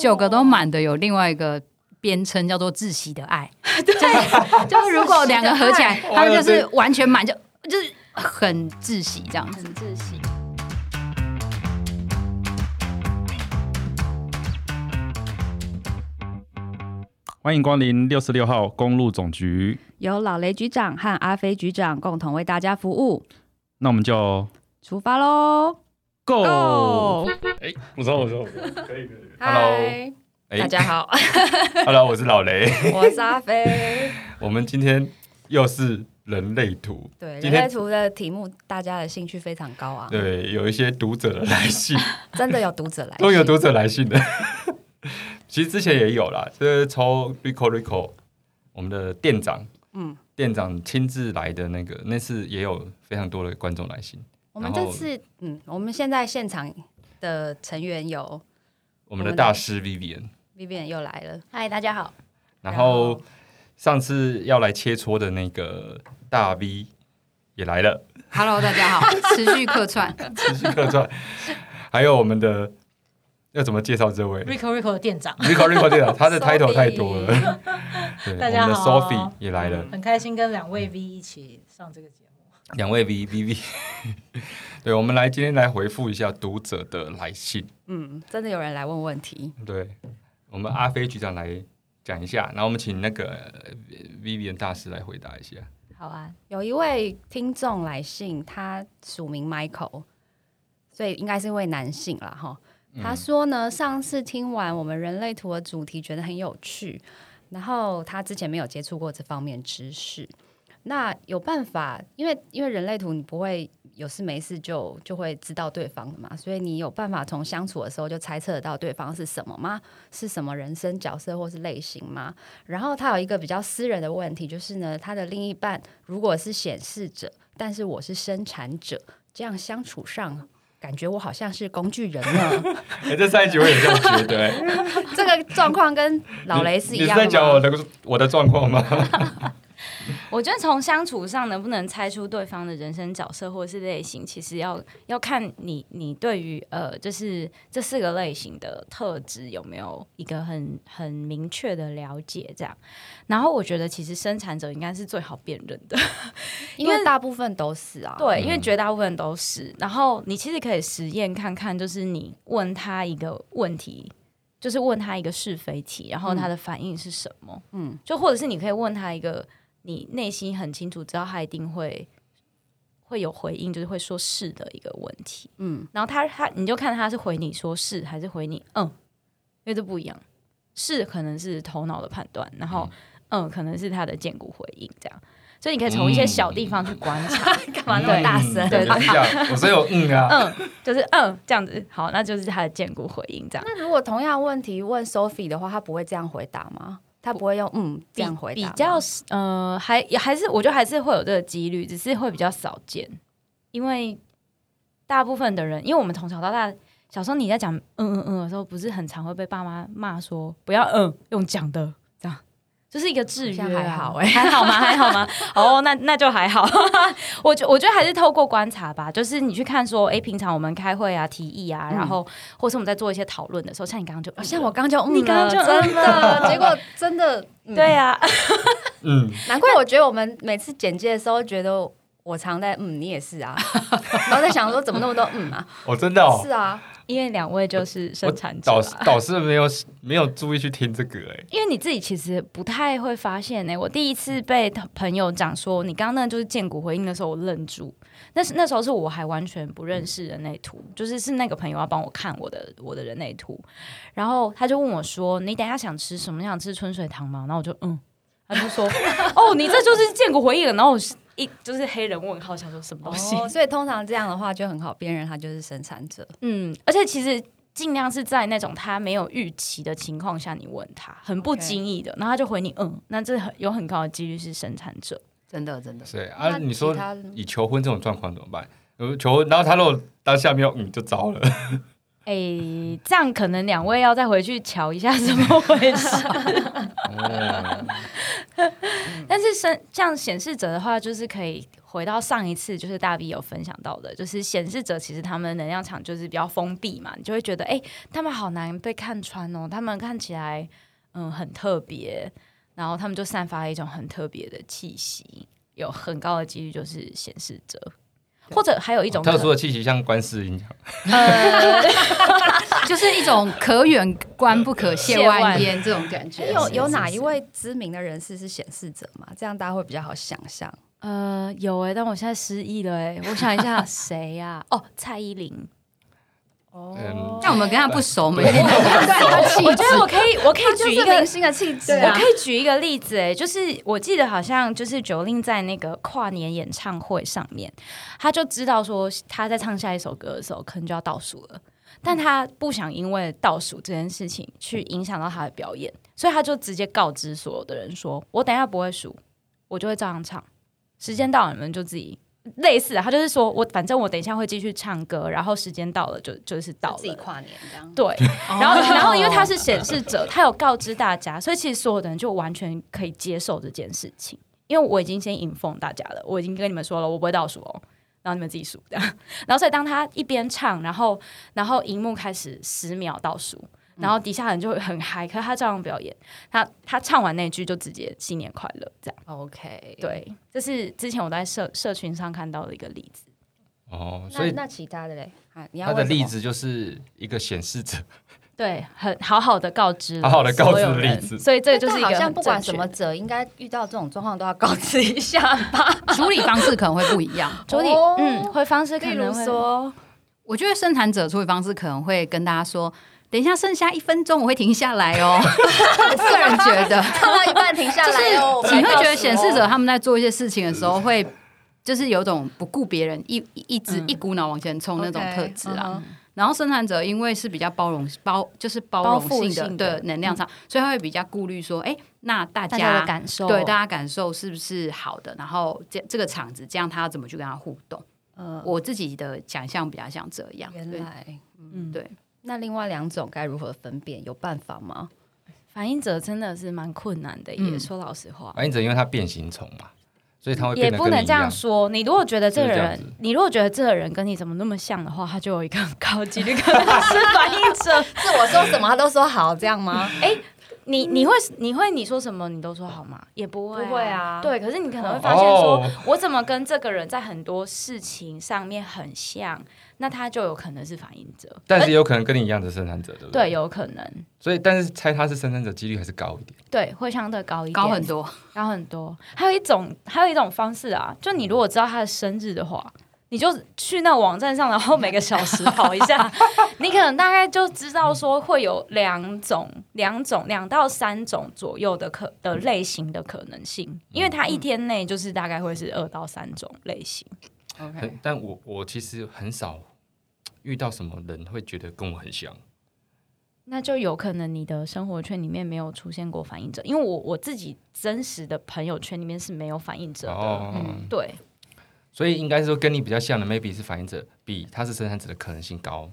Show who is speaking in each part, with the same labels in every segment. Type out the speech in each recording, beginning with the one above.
Speaker 1: 九个都满的有另外一个。编称叫做窒息的 爱，就是就是如果两个合起来，
Speaker 2: 哦
Speaker 1: 他们就是完全满，就就是很窒息这样子。
Speaker 3: 很窒息。
Speaker 4: 欢迎光临六十六号公路总局，
Speaker 3: 由老雷局长和阿飞局长共同为大家服务，
Speaker 4: 那我们就
Speaker 3: 出发喽
Speaker 4: Go。
Speaker 2: 哦
Speaker 3: ！Go！
Speaker 2: 我说，我说，我说，
Speaker 3: 嗨，
Speaker 2: 哎
Speaker 3: 大家好，
Speaker 2: ，Hello，我是老雷。
Speaker 3: 我 是阿飞。
Speaker 2: 我们今天又是人类图，
Speaker 3: 对，
Speaker 2: 今
Speaker 3: 人类
Speaker 2: 天
Speaker 3: 图的题目，大家的兴趣非常高啊，
Speaker 2: 对，有一些读者的来信，
Speaker 3: 真的有读者来信，
Speaker 2: 都有读者来信的。其实之前也有啦，就是抽 Rico Rico，我们的店长，
Speaker 3: 嗯
Speaker 2: 嗯，店长亲自来的那个，那次也有非常多的观众来信。
Speaker 3: 我们
Speaker 2: 然
Speaker 3: 这
Speaker 2: 后
Speaker 3: 次，嗯，我们现在现场的成员有
Speaker 2: 我们的大师 Vivian，
Speaker 3: Vivian 又来了，
Speaker 5: 嗨，大家好，
Speaker 2: 然
Speaker 3: 后
Speaker 2: 后上次要来切磋的那个大 V 也来了，
Speaker 1: Hello，大家 好，持续客串
Speaker 2: 持续客串， 还有我们的要怎么介绍这位
Speaker 5: Rico Rico 的店长，
Speaker 2: Rico Rico 对了，他的 title 太多 了。对，
Speaker 5: 大家
Speaker 2: 我们的
Speaker 5: 好
Speaker 2: Sophie 也来了，
Speaker 5: 很开心跟两位 V 一起上这个节目。
Speaker 2: 两位 V V V。对，我们来今天来回复一下读者的来信。
Speaker 3: 嗯，真的有人来问问题，
Speaker 2: 对，我们阿飞局长来讲一下，然后我们请那个呃 Vivian 大师来回答一 下。
Speaker 3: 好啊，有一位听众来信，他署名 Michael，所以应该是一位男性啦哈。他说呢，上次听完我们人类图的主题，觉得很有趣，然后他之前没有接触过这方面知识。那有办法，因为因为人类图你不会有事没事就就会知道对方的嘛，所以你有办法从相处的时候就猜测得到对方是什么吗？是什么人生角色或是类型吗？然后他有一个比较私人的问题，就是呢，他的另一半如果是显示者，但是我是生产者，这样相处上。感觉我好像是工具人呢，
Speaker 2: 哎、这上一集我也这样觉得、哎
Speaker 3: 这个状况跟老雷是
Speaker 2: 你
Speaker 3: 一
Speaker 2: 你
Speaker 3: 样
Speaker 2: 是在讲我
Speaker 3: 的吗。
Speaker 2: 的我的状况吗？
Speaker 6: 我觉得从相处上能不能猜出对方的人生角色或是类型，其实要要看你你对于呃，就是这四个类型的特质有没有一个很很明确的了解这样。然后我觉得其实生产者应该是最好辨认的，
Speaker 3: 因为大部分都是啊，
Speaker 6: 对，因为绝大部分都是。然后你其实可以实验看看，就是你问他一个问题，就是问他一个是非题，然后
Speaker 5: 嗯
Speaker 6: 他的反应是什么？
Speaker 3: 嗯
Speaker 6: 嗯，就或者是你可以问他一个你内心很清楚知道他一定会会有回应，就是会说是的一个问题。
Speaker 3: 嗯，
Speaker 6: 然后他他你就看他是回你说是还是回你嗯，因为这不一样。是可能是头脑的判断，然后嗯可能是他的见骨回应这样，所 以你可以从一些小地方去观察。
Speaker 3: 嗯 干嘛那么大声？
Speaker 6: 对
Speaker 2: 嗯这样，我所以有嗯啊，
Speaker 6: 嗯，就是嗯这样子，好，那就是他的见骨回应这样。
Speaker 3: 那如果同样问题问 Sophie 的话，他不会这样回答吗？他不会用嗯这样回答
Speaker 6: 比
Speaker 3: 吗
Speaker 6: 比较呃，还也还是我觉得还是会有这个几率，只是会比较少见，因为大部分的人，因为我们从小到大，小时候你在讲嗯嗯嗯的时候，不是很常会被爸妈骂说不要嗯用讲的这样。就是一个制约、
Speaker 3: 好
Speaker 6: 啊，
Speaker 3: 像还好 欸
Speaker 6: 还好吗？还好 吗？哦、那那就还好。 我觉我觉得还是透过观察吧，就是你去看说，哎、平常我们开会啊、提议啊，
Speaker 3: 嗯
Speaker 6: 然后或是我们在做一些讨论的时候，像你刚刚就、
Speaker 3: 哦像我刚刚就嗯
Speaker 6: 你刚刚
Speaker 3: 了
Speaker 6: 就嗯
Speaker 3: 真的，结果真的嗯
Speaker 6: 对啊，
Speaker 2: 嗯，
Speaker 3: 难怪我觉得我们每次简介的时候，觉得我常在嗯，你也是啊，然后在想说怎么那么多嗯啊，
Speaker 2: 我、真的哦，
Speaker 3: 是啊，
Speaker 6: 因为两位就是
Speaker 2: 我
Speaker 6: 生产者
Speaker 2: 导
Speaker 6: 啦，
Speaker 2: 导师没有没有注意去听这个、哎，
Speaker 6: 因为你自己其实不太会发现呢、欸我第一次被朋友讲说你刚刚那就是见骨回应的时候，我愣住。那是那时候是我还完全不认识人类图，就是是那个朋友要帮我看我的我的人类图，然后他就问我说：“你等一下想吃什么？想吃春水堂吗？”然后我就嗯，他就说：“ 哦，你这就是见骨回应了。”然后我是一就是黑人问号，想说什么东西？
Speaker 3: 哦，所以通常这样的话就很好辨认他就是生产 者，
Speaker 6: 嗯，而且其实尽量是在那种他没有预期的情况下，你问他，很不
Speaker 3: OK
Speaker 6: 经意的然后他就回你嗯，那这很有很高的几率是生产者。
Speaker 3: 真的真的。
Speaker 2: 对啊，
Speaker 3: 那
Speaker 2: 你说
Speaker 3: 其他
Speaker 2: 以求婚这种状况怎么办？呃求婚，然后他如果当下没有嗯，就糟了。
Speaker 6: 诶，哎这样可能两位要再回去瞧一下怎么回事。
Speaker 2: 哦，
Speaker 6: 但是生像显示者的话，就是可以回到上一次，就是大 V 有分享到的，就是显示者其实他们能量场就是比较封闭嘛，你就会觉得哎、诶他们好难被看穿哦，他们看起来嗯很特别，然后他们就散发了一种很特别的气息，有很高的几率就是显示者。或者还有一种可
Speaker 2: 特殊的气息像观世音，
Speaker 1: 就是一种可远观不可亵玩焉这种感
Speaker 6: 哎
Speaker 1: 觉。
Speaker 3: 哎有有哪
Speaker 1: 是
Speaker 3: 一？位知名的人士是显示者吗？这样大家会比较好想 象。
Speaker 6: 呃，有哎、但我现在失忆了哎、我想一下 谁呀、哦，蔡依林。
Speaker 2: 嗯，
Speaker 1: 像我们跟他不熟，我们有点
Speaker 6: 哦
Speaker 1: 难
Speaker 6: 我觉得我可以，我可以举一个
Speaker 3: 星的气质啊
Speaker 6: 我可以举一个例子，哎，就是我记得好像就是九令在那个跨年演唱会上面，他就知道说他在唱下一首歌的时候可能就要倒数了，但他不想因为倒数这件事情去影响到他的表演，所以他就直接告知所有的人说：“我等一下不会数，我就会照样唱，时间到了你们就自己。”类似啊，他就是说我反正我等一下会继续唱歌，然后时间到了就就是到了，
Speaker 3: 自己跨年这样。
Speaker 6: 对，然后
Speaker 2: 哦
Speaker 6: 然后因为他是显示者，他有告知大家，所以其实所有的人就完全可以接受这件事情，因为我已经先引奉大家了，我已经跟你们说了，我不会倒数哦。然后你们自己数这样， 然后所以当他一边唱，然后然后荧幕开始十秒倒数，然后底下人就会很嗨，可是他照样表演，他他唱完那句就直接新年快乐这样。
Speaker 3: OK，，
Speaker 6: 对，这是之前我在社社群上看到的一个例子。
Speaker 2: 哦，所
Speaker 3: 那
Speaker 2: 以
Speaker 3: 那其他的嘞，啊，你要
Speaker 2: 他的
Speaker 3: 问什么
Speaker 2: 例子就是一个显示者，
Speaker 6: 对，很好好的告知了
Speaker 2: 好好地告知
Speaker 6: 所有人
Speaker 2: 例子
Speaker 6: 所以这个就是一个
Speaker 3: 但好像
Speaker 6: 很
Speaker 3: 不管
Speaker 6: 正
Speaker 3: 什
Speaker 6: 确
Speaker 3: 么
Speaker 6: 的
Speaker 3: 者，应该遇到这种状况都要告知一下吧。
Speaker 1: 处理方式可能会不一样。
Speaker 6: 处理、
Speaker 3: 哦
Speaker 6: 嗯，回方式可
Speaker 3: 例
Speaker 6: 能
Speaker 3: 如
Speaker 6: 会
Speaker 3: 说，
Speaker 1: 我觉得生产者处理方式可能会跟大家说：“等一下剩下一分钟，我会停下来 哦。”我个人觉得，
Speaker 3: 唱到一半停下
Speaker 1: 就是
Speaker 3: 来哦，
Speaker 1: 你会觉得显示者他们在做一些事情的时候会。就是有种不顾别人，一一一
Speaker 6: 嗯
Speaker 1: 直、一股脑往前冲那种特质啊。
Speaker 3: 啊，
Speaker 1: 然后生产者因为是比较包容包，就是包容性的
Speaker 6: 包覆性的嗯
Speaker 1: 对能量场，所以他会比较顾虑说，哎，那大
Speaker 6: 大
Speaker 1: 家
Speaker 6: 家的感受，
Speaker 1: 对大家感受是不是好的？然后这这个场子这样，他要怎么去跟他互动？
Speaker 6: 呃
Speaker 3: 嗯
Speaker 1: 我自己的想象比较像这样。对
Speaker 3: 原来。
Speaker 6: 嗯
Speaker 1: 对
Speaker 3: 那另外两种该如何分辨？有办法吗？
Speaker 6: 反应者真的是蛮困难的，
Speaker 1: 嗯
Speaker 6: 也说老实话。
Speaker 2: 反应者因为他变形虫嘛，所以他会
Speaker 6: 也
Speaker 2: 变得
Speaker 6: 不
Speaker 2: 呃跟你
Speaker 6: 能
Speaker 2: 一
Speaker 6: 这样
Speaker 2: 样。
Speaker 6: 说。你如果觉得这个
Speaker 2: 就是这样
Speaker 6: 人
Speaker 2: 子，
Speaker 6: 你如果觉得这个人跟你怎么那么像的话，他就有一个很高级率可能是反应 者。
Speaker 3: 是我说什么他都说好，这样 吗？
Speaker 6: 你你会你会你说什么你都说好吗？也不会、
Speaker 3: 不会啊
Speaker 6: 对，可是你可能会发现说，
Speaker 2: 哦
Speaker 6: 我怎么跟这个人在很多事情上面很像，那他就有可能是反应者。
Speaker 2: 但是也有可能跟你一样的生产者，对不
Speaker 6: 对，？有可能，
Speaker 2: 所以，但是猜他是生产者几率还是高一点。
Speaker 6: 对，会相对高一点，
Speaker 1: 高很多。
Speaker 6: 然后很多，还有一种，还有一种方式啊，就你如果知道他的生日的话，你就去那网站上，然后每个小时跑一 下，你可能大概就知道说会有两种、两种、两到三种左右的可的类型的可能性，因为他一天内就是大概会是二到三种类型。
Speaker 3: 哎
Speaker 2: 很，但我我其实很少遇到什么人会觉得跟我很像。
Speaker 6: 那就有可能你的生活圈里面没有出现过反应者，因为我我自己真实的朋友圈里面是没有反应者的，
Speaker 2: 哦，
Speaker 3: 嗯
Speaker 6: 对，
Speaker 2: 所以应该是说跟你比较像的，maybe 是反应者，比他是生产者的可能性高。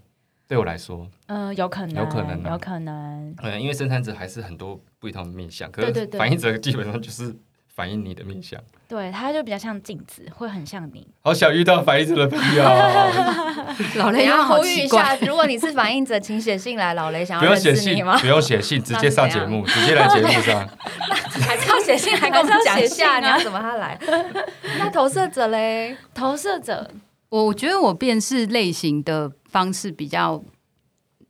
Speaker 2: 对我来说，
Speaker 6: 呃，有可能，
Speaker 2: 有可能啊
Speaker 6: 有可能，
Speaker 2: 嗯，因为生产者还是很多不一样的面相，可
Speaker 6: 对对
Speaker 2: 是
Speaker 6: 对
Speaker 2: 反应者基本上就是反映你的面相。
Speaker 6: 对，他就比较像镜子，会很像你。
Speaker 2: 好想遇到反应者的朋友，
Speaker 1: 老
Speaker 3: 等一
Speaker 1: 雷
Speaker 3: 下
Speaker 1: 要
Speaker 3: 呼
Speaker 1: 好
Speaker 3: 吁
Speaker 1: 奇
Speaker 3: 一
Speaker 1: 怪，
Speaker 3: 下，如果你是反应者，请写信来，老雷想
Speaker 2: 不
Speaker 3: 要认
Speaker 2: 用写
Speaker 3: 识你
Speaker 2: 信
Speaker 3: 吗，？
Speaker 2: 不用写信，直接上节目，直接来节目上。
Speaker 3: 还是要写信啊来跟我们讲一下，你要怎么他来？那投射者嘞？
Speaker 6: 投射者
Speaker 1: 我我觉得我辨识类型的方式比较，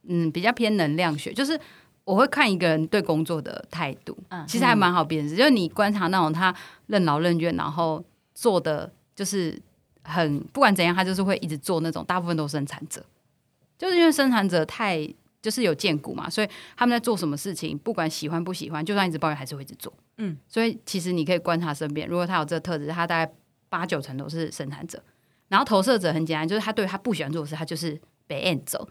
Speaker 1: 嗯，比较偏能量学，就是我会看一个人对工作的态度，
Speaker 6: 嗯
Speaker 1: 其实还蛮好辨识，就是你观察那种他任劳任怨，然后做的就是很不管怎样，他就是会一直做那种，大部分都是生产者，就是因为生产者太就是有见骨嘛，所以他们在做什么事情，不管喜欢不喜欢，就算一直抱怨，还是会一直做。
Speaker 6: 嗯，
Speaker 1: 所以其实你可以观察身边，如果他有这个特质，他大概八九成都是生产者。然后投射者很简单，就是他对他不喜欢做的事，他就是北 end 走。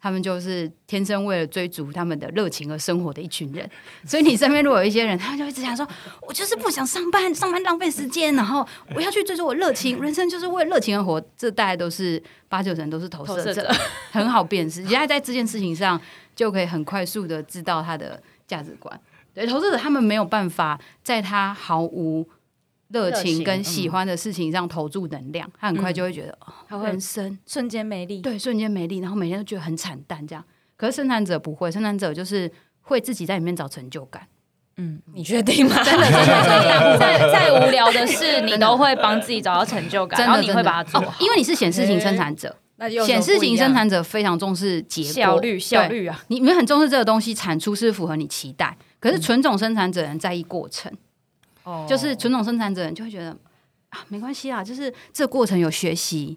Speaker 1: 他们就是天生为了追逐他们的热情而生活的一群人。 所以你身边如果有一些人，他就一直想说，我就是不想上班，上班浪费时间，然后我要去追逐我热情，人生就是为了热情而活。这大概都是八九成都是投
Speaker 6: 投
Speaker 1: 射
Speaker 6: 射
Speaker 1: 者
Speaker 6: 者，
Speaker 1: 很好辨识。人家在这件事情上就可以很快速的知道他的价值观。对，投资者他们没有办法在他毫无热
Speaker 6: 热
Speaker 1: 情
Speaker 6: 情
Speaker 1: 跟喜欢的事情上投注能量，他很快就会觉得、
Speaker 6: 嗯他
Speaker 1: 哦、
Speaker 6: 会
Speaker 1: 人生
Speaker 6: 瞬间没力。
Speaker 1: 对瞬间没力，然后每天都觉得很惨淡这样。可是生产者不会，生产者就是会自己在里面找成就感。
Speaker 6: 嗯，
Speaker 3: 你确定 吗？
Speaker 1: 真的，真的，真 的，
Speaker 6: 再再啊无聊的事，你都会帮自己找到成就感，
Speaker 1: 真
Speaker 6: 然后
Speaker 1: 的，
Speaker 6: 你会把它做
Speaker 1: 真的哦
Speaker 6: 好。
Speaker 1: 因为你是显示型生产者，
Speaker 3: 那又有
Speaker 1: 显示型
Speaker 3: 不一样
Speaker 1: 生产者非常重视结果
Speaker 6: 哎效率，
Speaker 1: 对
Speaker 6: 效。率啊，
Speaker 1: 你们很重视这个东西，产出是符合你期待。可
Speaker 6: 嗯
Speaker 1: 是纯种生产者人在意过程，
Speaker 3: 哦
Speaker 1: 就是纯种生产者人就会觉得啊，没关系啦，就是这过程有学习。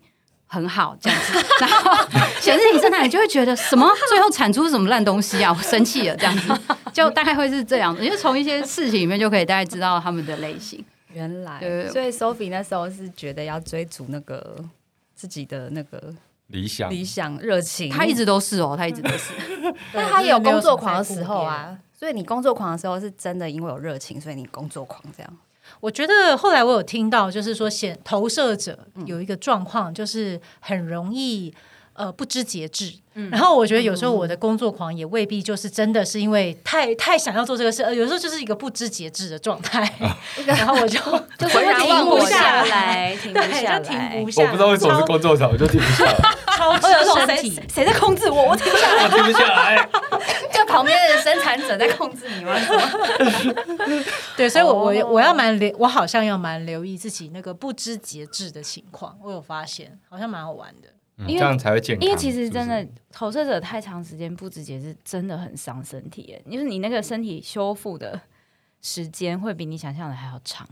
Speaker 1: 很好，这样子，然后显示型生产者就会觉得什么最后产出是什么烂东西啊，我生气了这样子，就大概会是这样子，因为从一些事情里面就可以大概知道他们的类型。
Speaker 3: 原来
Speaker 1: 对，
Speaker 3: 所以 Sophie 那时候是觉得要追逐那个自己的那个
Speaker 2: 理 想
Speaker 3: 理想热情，
Speaker 1: 他一直都是哦，他一直都是，
Speaker 3: 但他也有工作狂的时候。啊。所以你工作狂的时候是真的因为有热情，所以你工作狂这样。
Speaker 5: 我觉得后来我有听到，就是说显投射者有一个状况，就是很容易。呃，不知节制。然后我觉得有时候我的工作狂也未必就是真的是因为太太想要做这个事，呃，有时候就是一个不知节制的状态。 然后我就
Speaker 6: 就是会
Speaker 5: 停不下
Speaker 6: 来，停不下
Speaker 5: 对，就停
Speaker 6: 来
Speaker 5: 不。下
Speaker 2: 我
Speaker 5: 来。
Speaker 2: 不知道为什么是工作狂，我就停不下来，
Speaker 5: 超超
Speaker 6: 我有
Speaker 5: 吃
Speaker 6: 种
Speaker 5: 身
Speaker 6: 谁
Speaker 5: 体，
Speaker 6: 谁在控制我，我停不下 来。
Speaker 2: 我停不下来。
Speaker 3: 就旁边的生产者在控制你 吗？
Speaker 5: 对，所以我
Speaker 3: 哦
Speaker 5: 我我要蛮留，我好像要蛮留意自己那个不知节制的情况。我有发现，好像蛮好玩的。
Speaker 2: 嗯
Speaker 6: 因
Speaker 2: 这
Speaker 6: 为
Speaker 2: 样才会健康。
Speaker 6: 因为其实
Speaker 2: 嗯
Speaker 6: 真
Speaker 2: 是
Speaker 6: 的
Speaker 2: 不
Speaker 6: 投射者太长时间不直接是真的很伤身体耶，因为你那个身体修复的时间会比你想象的还要长。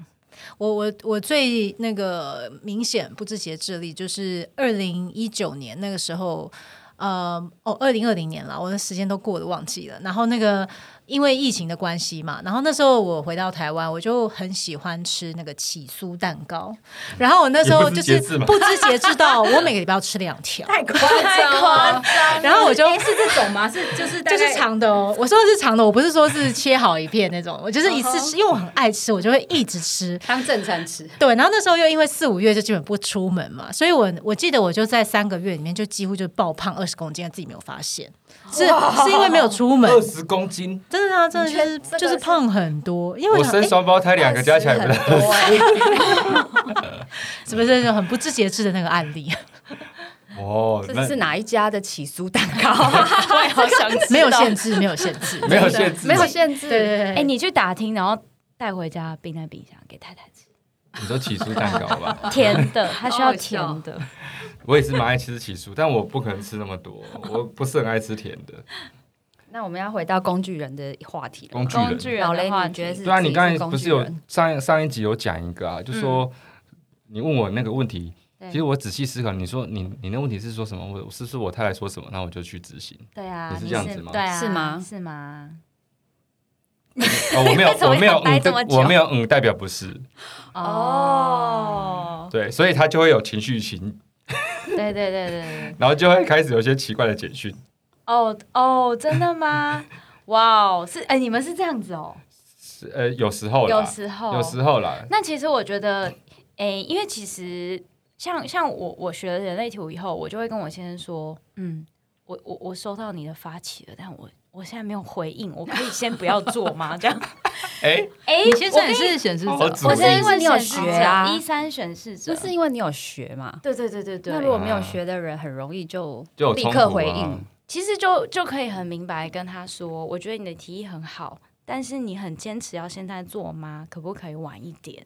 Speaker 5: 我我我最那个明显不知节制力，就是二零一九年那个时候，呃，哦，二零二零年了，我的时间都过得忘记了。然后那个因为疫情的关系嘛，然后那时候我回到台湾，我就很喜欢吃那个起酥蛋糕。然后我那时候就
Speaker 2: 也
Speaker 5: 是
Speaker 2: 不知节制嘛
Speaker 5: 不知节制到，我每个礼拜要吃两条。
Speaker 1: 太夸 张了，
Speaker 5: 然后我就
Speaker 1: 哎是这种吗？是就是大
Speaker 5: 就
Speaker 1: 概
Speaker 5: 是长的哦，我说的是长的，我不是说是切好一片那种，我就是一
Speaker 1: 嗯
Speaker 5: 次吃，因为我很爱吃，我就会一直吃。
Speaker 1: 当正餐吃，
Speaker 5: 对，然后那时候又因为四五月就基本不出门嘛，所以我我记得我就在三个月里面就几乎就爆胖二十公斤，自己没有发现，是是因为没有出门
Speaker 2: 是，二十公斤，
Speaker 5: 真的啊，真的就
Speaker 3: 你
Speaker 5: 是
Speaker 3: 确这个
Speaker 5: 就是
Speaker 3: 是
Speaker 5: 胖很多，因为
Speaker 2: 我
Speaker 5: 想
Speaker 2: 生
Speaker 5: 哎
Speaker 2: 双胞胎两个加起 来不到
Speaker 3: 很多哎，
Speaker 5: 是不是就很不知节制的那个案例？
Speaker 2: 哦，那
Speaker 3: 这是哪一家的起酥蛋糕？我也好想
Speaker 5: 没有限制，没有限制，
Speaker 2: 没有 限制，
Speaker 3: 没有限
Speaker 5: 对对
Speaker 3: 制，
Speaker 5: 对，
Speaker 6: 哎、你去打听，然后带回家冰在冰箱给太太吃，
Speaker 2: 你说起酥蛋糕吧。
Speaker 6: 甜的，她需要甜
Speaker 1: 好好
Speaker 6: 的。
Speaker 2: 我也是蛮爱吃起酥，但我不可能吃那么多，我不是很爱吃甜的。
Speaker 3: 那我们要回到工具人的话题了。
Speaker 2: 工具人
Speaker 6: 工具人
Speaker 3: 老
Speaker 6: 的
Speaker 3: 雷，
Speaker 6: 话
Speaker 3: 你觉得
Speaker 6: 题
Speaker 3: 是？
Speaker 2: 对啊，你刚才
Speaker 3: 自己
Speaker 2: 不
Speaker 3: 工
Speaker 2: 是
Speaker 3: 具
Speaker 2: 有
Speaker 3: 人
Speaker 2: 上上一集有讲一个啊，就说你问我那个问题，
Speaker 6: 嗯对
Speaker 2: 其实我仔细思考，你说你你那问题是说什么？我是不是我太太说什么，那我就去执行？
Speaker 6: 对啊，
Speaker 2: 你是
Speaker 6: 你
Speaker 2: 这样子吗
Speaker 6: 对啊，
Speaker 3: 是吗
Speaker 6: 是吗？
Speaker 2: 哦，我没有
Speaker 6: 为，什
Speaker 2: 我
Speaker 6: 么
Speaker 2: 没有，
Speaker 6: 要待
Speaker 2: 嗯，对
Speaker 6: 这么久
Speaker 2: 我没有，嗯，代表不是，
Speaker 6: 哦，
Speaker 2: 对，所以他就会有情绪情，
Speaker 6: 对对对对对，
Speaker 2: 然后就会开始有一些奇怪的简讯，
Speaker 6: 哦哦，真的吗？哇哦，是哎、你们是这样子哦，
Speaker 2: 是呃，有时候
Speaker 6: 有
Speaker 2: 啦，
Speaker 6: 时候，
Speaker 2: 有时候啦，
Speaker 6: 那其实我觉得，诶、因为其实像像我我学了人类图以后，我就会跟我先生说，嗯，我我我收到你的发起了，但我我现在没有回应，我可以先不要做吗？这样，
Speaker 2: 哎，
Speaker 6: 诶、
Speaker 1: 你先生
Speaker 6: 我
Speaker 1: 也是显示
Speaker 2: 好
Speaker 3: 哦
Speaker 1: 者，
Speaker 2: 主
Speaker 6: 我
Speaker 2: 意
Speaker 6: 是因为
Speaker 3: 你有
Speaker 6: 选
Speaker 3: 学
Speaker 6: 者
Speaker 3: 啊
Speaker 6: 一三选示者
Speaker 2: 啊
Speaker 3: 这，是因为你有学嘛？
Speaker 6: 对对对对
Speaker 3: 那如果
Speaker 6: 对，
Speaker 3: 没有学的人，很容易就
Speaker 2: 就有
Speaker 3: 立
Speaker 2: 冲突
Speaker 3: 刻
Speaker 2: 啊
Speaker 3: 回应。
Speaker 6: 其实就就可以很明白跟他说，我觉得你的提议很好，但是你很坚持要现在做吗？可不可以晚一点？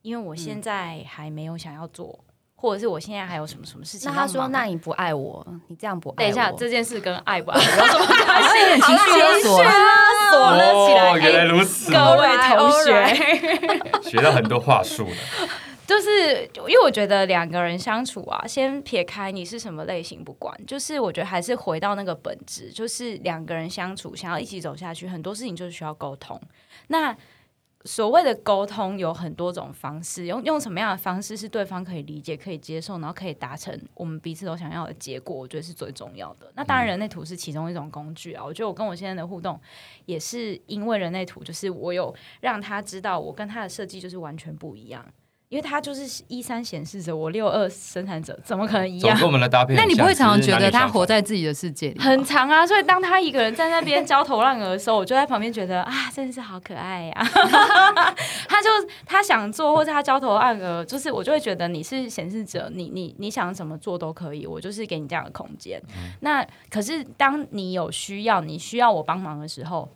Speaker 6: 因为我
Speaker 3: 嗯
Speaker 6: 现在还没有想要做，或者是我现在还有什么什么事情
Speaker 3: 那
Speaker 6: 要
Speaker 3: 他
Speaker 6: 忙。
Speaker 3: 说：“那你不爱我，你这样不爱我。”
Speaker 6: 等一下，这件事跟爱不爱有什么关
Speaker 3: 哎
Speaker 1: 有
Speaker 6: 系？
Speaker 1: 点哎情绪勒啊索了。
Speaker 6: 拉锁了起来。
Speaker 2: 哦，原来
Speaker 6: 哎
Speaker 2: 如此，
Speaker 6: 各位同
Speaker 3: Alright,
Speaker 6: 学，
Speaker 2: 学到很多话术 了。
Speaker 6: 就是因为我觉得两个人相处啊，先撇开你是什么类型不管，就是我觉得还是回到那个本质，就是两个人相处想要一起走下去，很多事情就是需要沟通。那所谓的沟通有很多种方式，用用什么样的方式是对方可以理解、可以接受，然后可以达成我们彼此都想要的结果，我觉得是最重要的。那当然，人类图是其中一种工具啊。我觉得我跟我现在的互动，也是因为人类图，就是我有让他知道我跟他的设计就是完全不一样，因为他就是一三显示者，我六二生产者，怎么可能一
Speaker 2: 总
Speaker 6: 样
Speaker 2: 跟？我们的搭配很
Speaker 1: 那
Speaker 2: 像，
Speaker 1: 你不会常常
Speaker 2: 只是
Speaker 1: 觉
Speaker 2: 男女
Speaker 1: 得他
Speaker 2: 相反
Speaker 1: 活在自己的世界里吗？
Speaker 6: 很长啊，所以当他一个人站在那边焦头烂额的时候，我就在旁边觉得啊，真的是好可爱呀、 他就他想做，或者他焦头烂额，就是我就会觉得你是显示者，你你你想怎么做都可以，我就是给你这样的空间。
Speaker 2: 嗯
Speaker 6: 那可是当你有需要，你需要我帮忙的时候，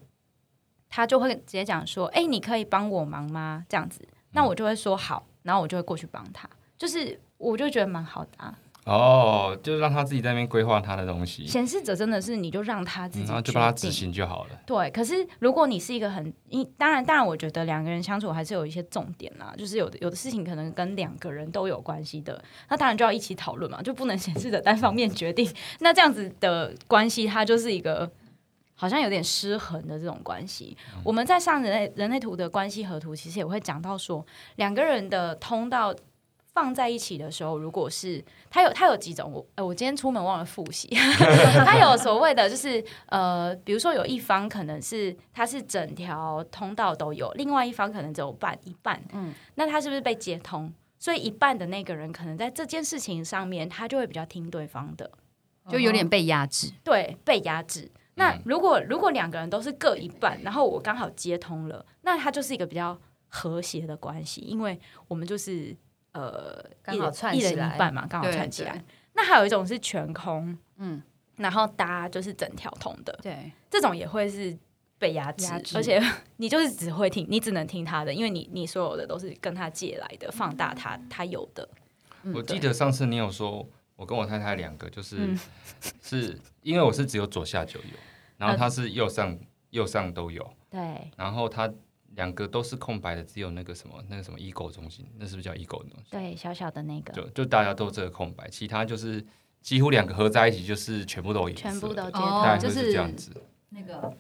Speaker 6: 他就会直接讲说：“哎、你可以帮我忙吗？”这样子，
Speaker 2: 嗯
Speaker 6: 那我就会说好，然后我就会过去帮他，就是我就觉得蛮好的、
Speaker 2: 嗯
Speaker 6: 啊。
Speaker 2: 哦，就让他自己在那边规划他的东西，
Speaker 6: 显示者真的是你就让他
Speaker 2: 嗯
Speaker 6: 自己、
Speaker 2: 然后就
Speaker 6: 决
Speaker 2: 帮他执
Speaker 6: 定
Speaker 2: 行就好了。
Speaker 6: 对，可是如果你是一个很，因当然，当然，我觉得两个人相处还是有一些重点啦，就是有的有的事情可能跟两个人都有关系的，那当然就要一起讨论嘛，就不能显示的单方面决定。那这样子的关系，它就是一个好像有点失衡的这种关系。我们在上人类人类图的关系合图，其实也会讲到说，两个人的通道放在一起的时候，如果是它有它有几种，我、呃、我今天出门忘了复习， 它有所谓的就是呃，比如说有一方可能是它是整条通道都有，另外一方可能只有半一半，嗯，那它是不是被接通？所以一半的那个人可能在这件事情上面，他就会比较听对方的，嗯
Speaker 1: 就有点被压制。
Speaker 6: 对，被压制。那如果如果两个人都是各一半，然后我刚好接通了，那它就是一个比较和谐的关系，因为我们就是呃，
Speaker 3: 刚
Speaker 6: 一人
Speaker 3: 好串
Speaker 6: 一
Speaker 3: 起
Speaker 6: 人
Speaker 3: 来
Speaker 6: 一半嘛，刚好
Speaker 1: 对
Speaker 6: 串起来
Speaker 1: 对。
Speaker 6: 那还有一种是全空，
Speaker 1: 嗯，
Speaker 6: 然后搭就是整条通的，
Speaker 1: 对，
Speaker 6: 这种也会是被压制，
Speaker 1: 压制
Speaker 6: 而且 你就是只会听，你只能听他的，因为你你所有的都是跟他借来的，放大他他有的，
Speaker 1: 嗯
Speaker 2: 我记
Speaker 6: 对
Speaker 2: 得上次你有说，我跟我太太两个就是、
Speaker 6: 嗯
Speaker 2: 是因为我是只有左下就有，然后她是右上、右上都有，
Speaker 6: 对，
Speaker 2: 然后她两个都是空白的，只有那个什么那个什么 ego 中心，那是不是叫 ego 的东西？
Speaker 6: 对，小小的那个，
Speaker 2: 就就大家都这个空白，其他就是几乎两个合在一起就是全部都有颜色的，
Speaker 6: 全部都接
Speaker 1: 哦
Speaker 2: 大概会
Speaker 6: 通，
Speaker 1: 就是
Speaker 2: 这样子。
Speaker 1: 那个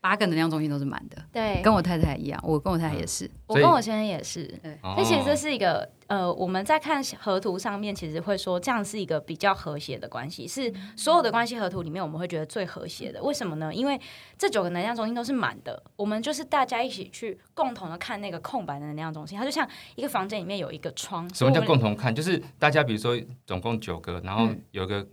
Speaker 1: 八个能量中心都是满的，
Speaker 6: 对
Speaker 1: 跟我太太一样，我跟我太太也是。
Speaker 6: 我
Speaker 2: 所以
Speaker 6: 跟我先生也是。
Speaker 2: 哦
Speaker 6: 所以其实这是一个呃，我们在看河图上面，其实会说这样是一个比较和谐的关系，是所有的关系河图里面我们会觉得最和谐的。为什么呢？因为这九个能量中心都是满的，我们就是大家一起去共同的看那个空白的能量中心，它就像一个房间里面有一个窗。
Speaker 2: 什么叫
Speaker 6: 所以我
Speaker 2: 共
Speaker 6: 们？嗯
Speaker 2: 同看？就是大家比如说总共九个，然后有个、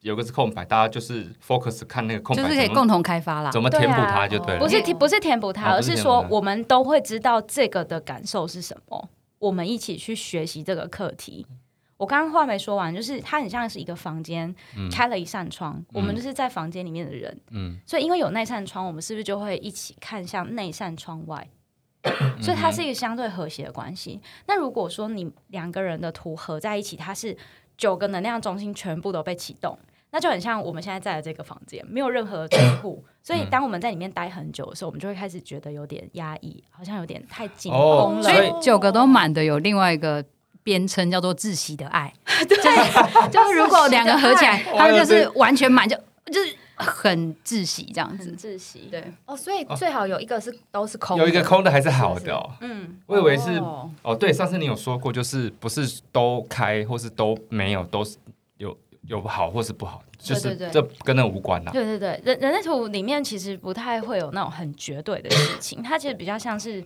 Speaker 2: 有个是空白，大家就是 focus 看那个空
Speaker 1: 就
Speaker 2: 白，
Speaker 1: 是可以
Speaker 2: 怎么
Speaker 1: 嗯共同开发啦。
Speaker 2: 怎么填补
Speaker 6: 对啊
Speaker 2: 它就对了。
Speaker 6: 不是填不是填补它，
Speaker 2: 哦
Speaker 6: 而
Speaker 2: 不是
Speaker 6: 是
Speaker 2: 填补
Speaker 6: 说
Speaker 2: 它
Speaker 6: 我们都会知道这个的感受是什么，我们一起去学习这个课题。我刚刚话没说完，就是它很像是一个房间，开了一扇窗，我们就是在房间里面的人，
Speaker 2: 嗯
Speaker 6: 所以因为有那扇窗，我们是不是就会一起看向那扇窗外？所以它是一个相对和谐的关系。那如果说你两个人的图合在一起，它是九个能量中心全部都被启动，那就很像我们现在在的这个房间，没有任何窗户。所以当我们在里面待很久的时候，我们就会开始觉得有点压抑，好像有点太紧绷
Speaker 2: 哦
Speaker 6: 了。
Speaker 1: 所
Speaker 2: 所以
Speaker 1: 以九个都满的有另外一个编称叫做窒息的爱， 对，就是 如果两个合起来，他们就是哎完全满，就就是很窒息这样子
Speaker 6: 很。窒息，
Speaker 1: 对，
Speaker 3: 哦，所以最好有一个是都是空，
Speaker 2: 有一个，空的还是好的哦。
Speaker 6: 嗯，
Speaker 2: 我以为是
Speaker 3: 哦
Speaker 2: 哦，对，上次你有说过，就是不是都开或是都没有，都是有有好或是不好，就是
Speaker 6: 对对对
Speaker 2: 这跟那无关啦。
Speaker 6: 对对对，人人类图里面其实不太会有那种很绝对的事情， 它其实比较像是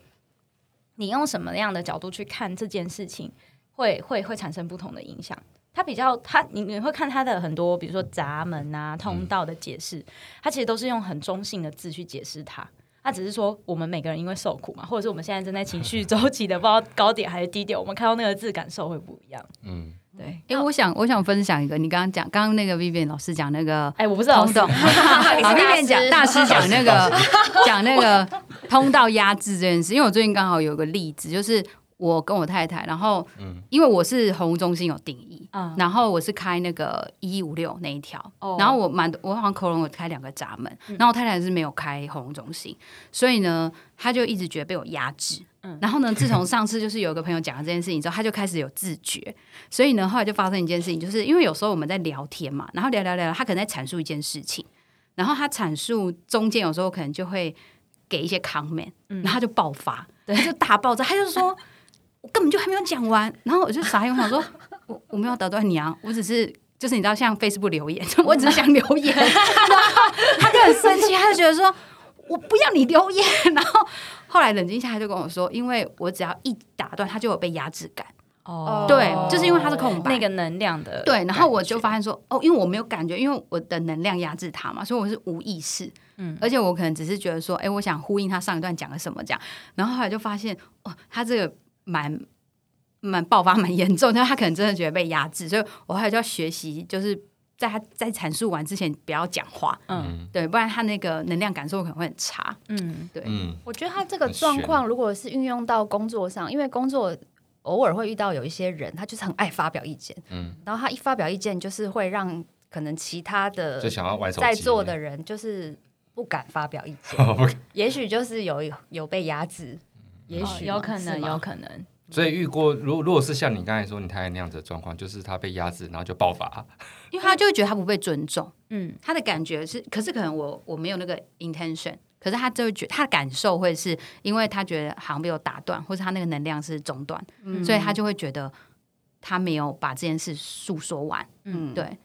Speaker 6: 你用什么样的角度去看这件事情，会会会产生不同的影响。它比较，它你你会看它的很多，比如说闸门啊、通道的解释，它其实都是用很中性的字去解释它。它只是说我们每个人因为受苦嘛，或者是我们现在正在情绪周期的不知道高点还是低点，我们看到那个字感受会不一样。
Speaker 2: 嗯，
Speaker 6: 对，
Speaker 1: 哎，我想我想分享一个，你刚刚讲，刚刚那个 Vivian 老师讲那个
Speaker 6: 哎、我不知道
Speaker 1: 通道， 好，Vivian 讲大师讲那个 讲那个通道压制这件事，因为我最近刚好有个例子，就是我跟我太太，然后
Speaker 2: 嗯
Speaker 1: 因为我是红屋中心有定义，
Speaker 6: 啊，
Speaker 1: 然后我是开那个一五六那一条，
Speaker 6: 哦
Speaker 1: 然后我蛮我好像喉咙有开两个闸门，然后我太太是没有开喉咙中心，所以呢，她就一直觉得被我压制。
Speaker 6: 嗯
Speaker 1: 然后呢，自从上次就是有一个朋友讲了这件事情之后，她就开始有自觉，所以呢，后来就发生一件事情，就是因为有时候我们在聊天嘛，然后聊聊聊，她可能在阐述一件事情，然后她阐述中间有时候可能就会给一些 comment，、
Speaker 6: 嗯
Speaker 1: 然后他就爆发，
Speaker 6: 对
Speaker 1: 他就大爆炸，他就说我根本就还没有讲完，然后我就傻眼，我想说我我没有打断你啊，我只是。就是你知道，像 Facebook 留言，
Speaker 6: 嗯
Speaker 1: 我只是想留 言，然后他就很生气，他就觉得说，我不要你留言。然后后来冷静下来，就跟我说，因为我只要一打断，他就有被压制感。
Speaker 6: 哦
Speaker 1: 对就是因为它是空白
Speaker 6: 那个能量的
Speaker 1: 对，然后我就发现
Speaker 6: 现
Speaker 1: 说，哦，因为我没有感觉，因为我的能量压制他嘛，所以我是无意识，
Speaker 6: 嗯
Speaker 1: 嗯，而且我可能只是觉得说，哎，我想呼应他上一段讲了什么这样，然后后来就发现，哦，他这个蛮蛮爆发蛮严重，但他可能真的觉得被压制，所以我后来就要学习，就是在他在阐述完之前不要讲话，
Speaker 6: 嗯
Speaker 1: 对，不然他那个能量感受可能会很差，
Speaker 6: 嗯
Speaker 1: 对，
Speaker 2: 嗯，
Speaker 3: 我觉得他这个
Speaker 2: 很
Speaker 3: 状
Speaker 2: 悬
Speaker 3: 况，如果是运用到工作上，因为工作偶尔会遇到有一些人，他就是很爱发表意见，
Speaker 2: 嗯，
Speaker 3: 然后他一发表意见，就是会让可能其他的
Speaker 2: 就想要玩手机
Speaker 3: 在座 的人就是不敢发表意见，也许就是有有被压
Speaker 2: 嗯
Speaker 3: 制，也
Speaker 6: 哦
Speaker 3: 许嘛、
Speaker 6: 有可
Speaker 3: 是
Speaker 6: 能
Speaker 3: 吗
Speaker 6: 有可能
Speaker 2: 所以遇过，如如果是像你刚才说你太太那样子的状况，就是他被压制，然后就爆发，
Speaker 1: 因为他就会觉得他不被尊重。
Speaker 6: 嗯
Speaker 1: 他的感觉是，可是可能我我没有那个 intention，可是他就会觉他的感受会是因为他觉得好像被我打断，或者他那个能量是中断，
Speaker 6: 嗯
Speaker 1: 所以他就会觉得他没有把这件事诉说完。
Speaker 6: 嗯啊
Speaker 1: 对，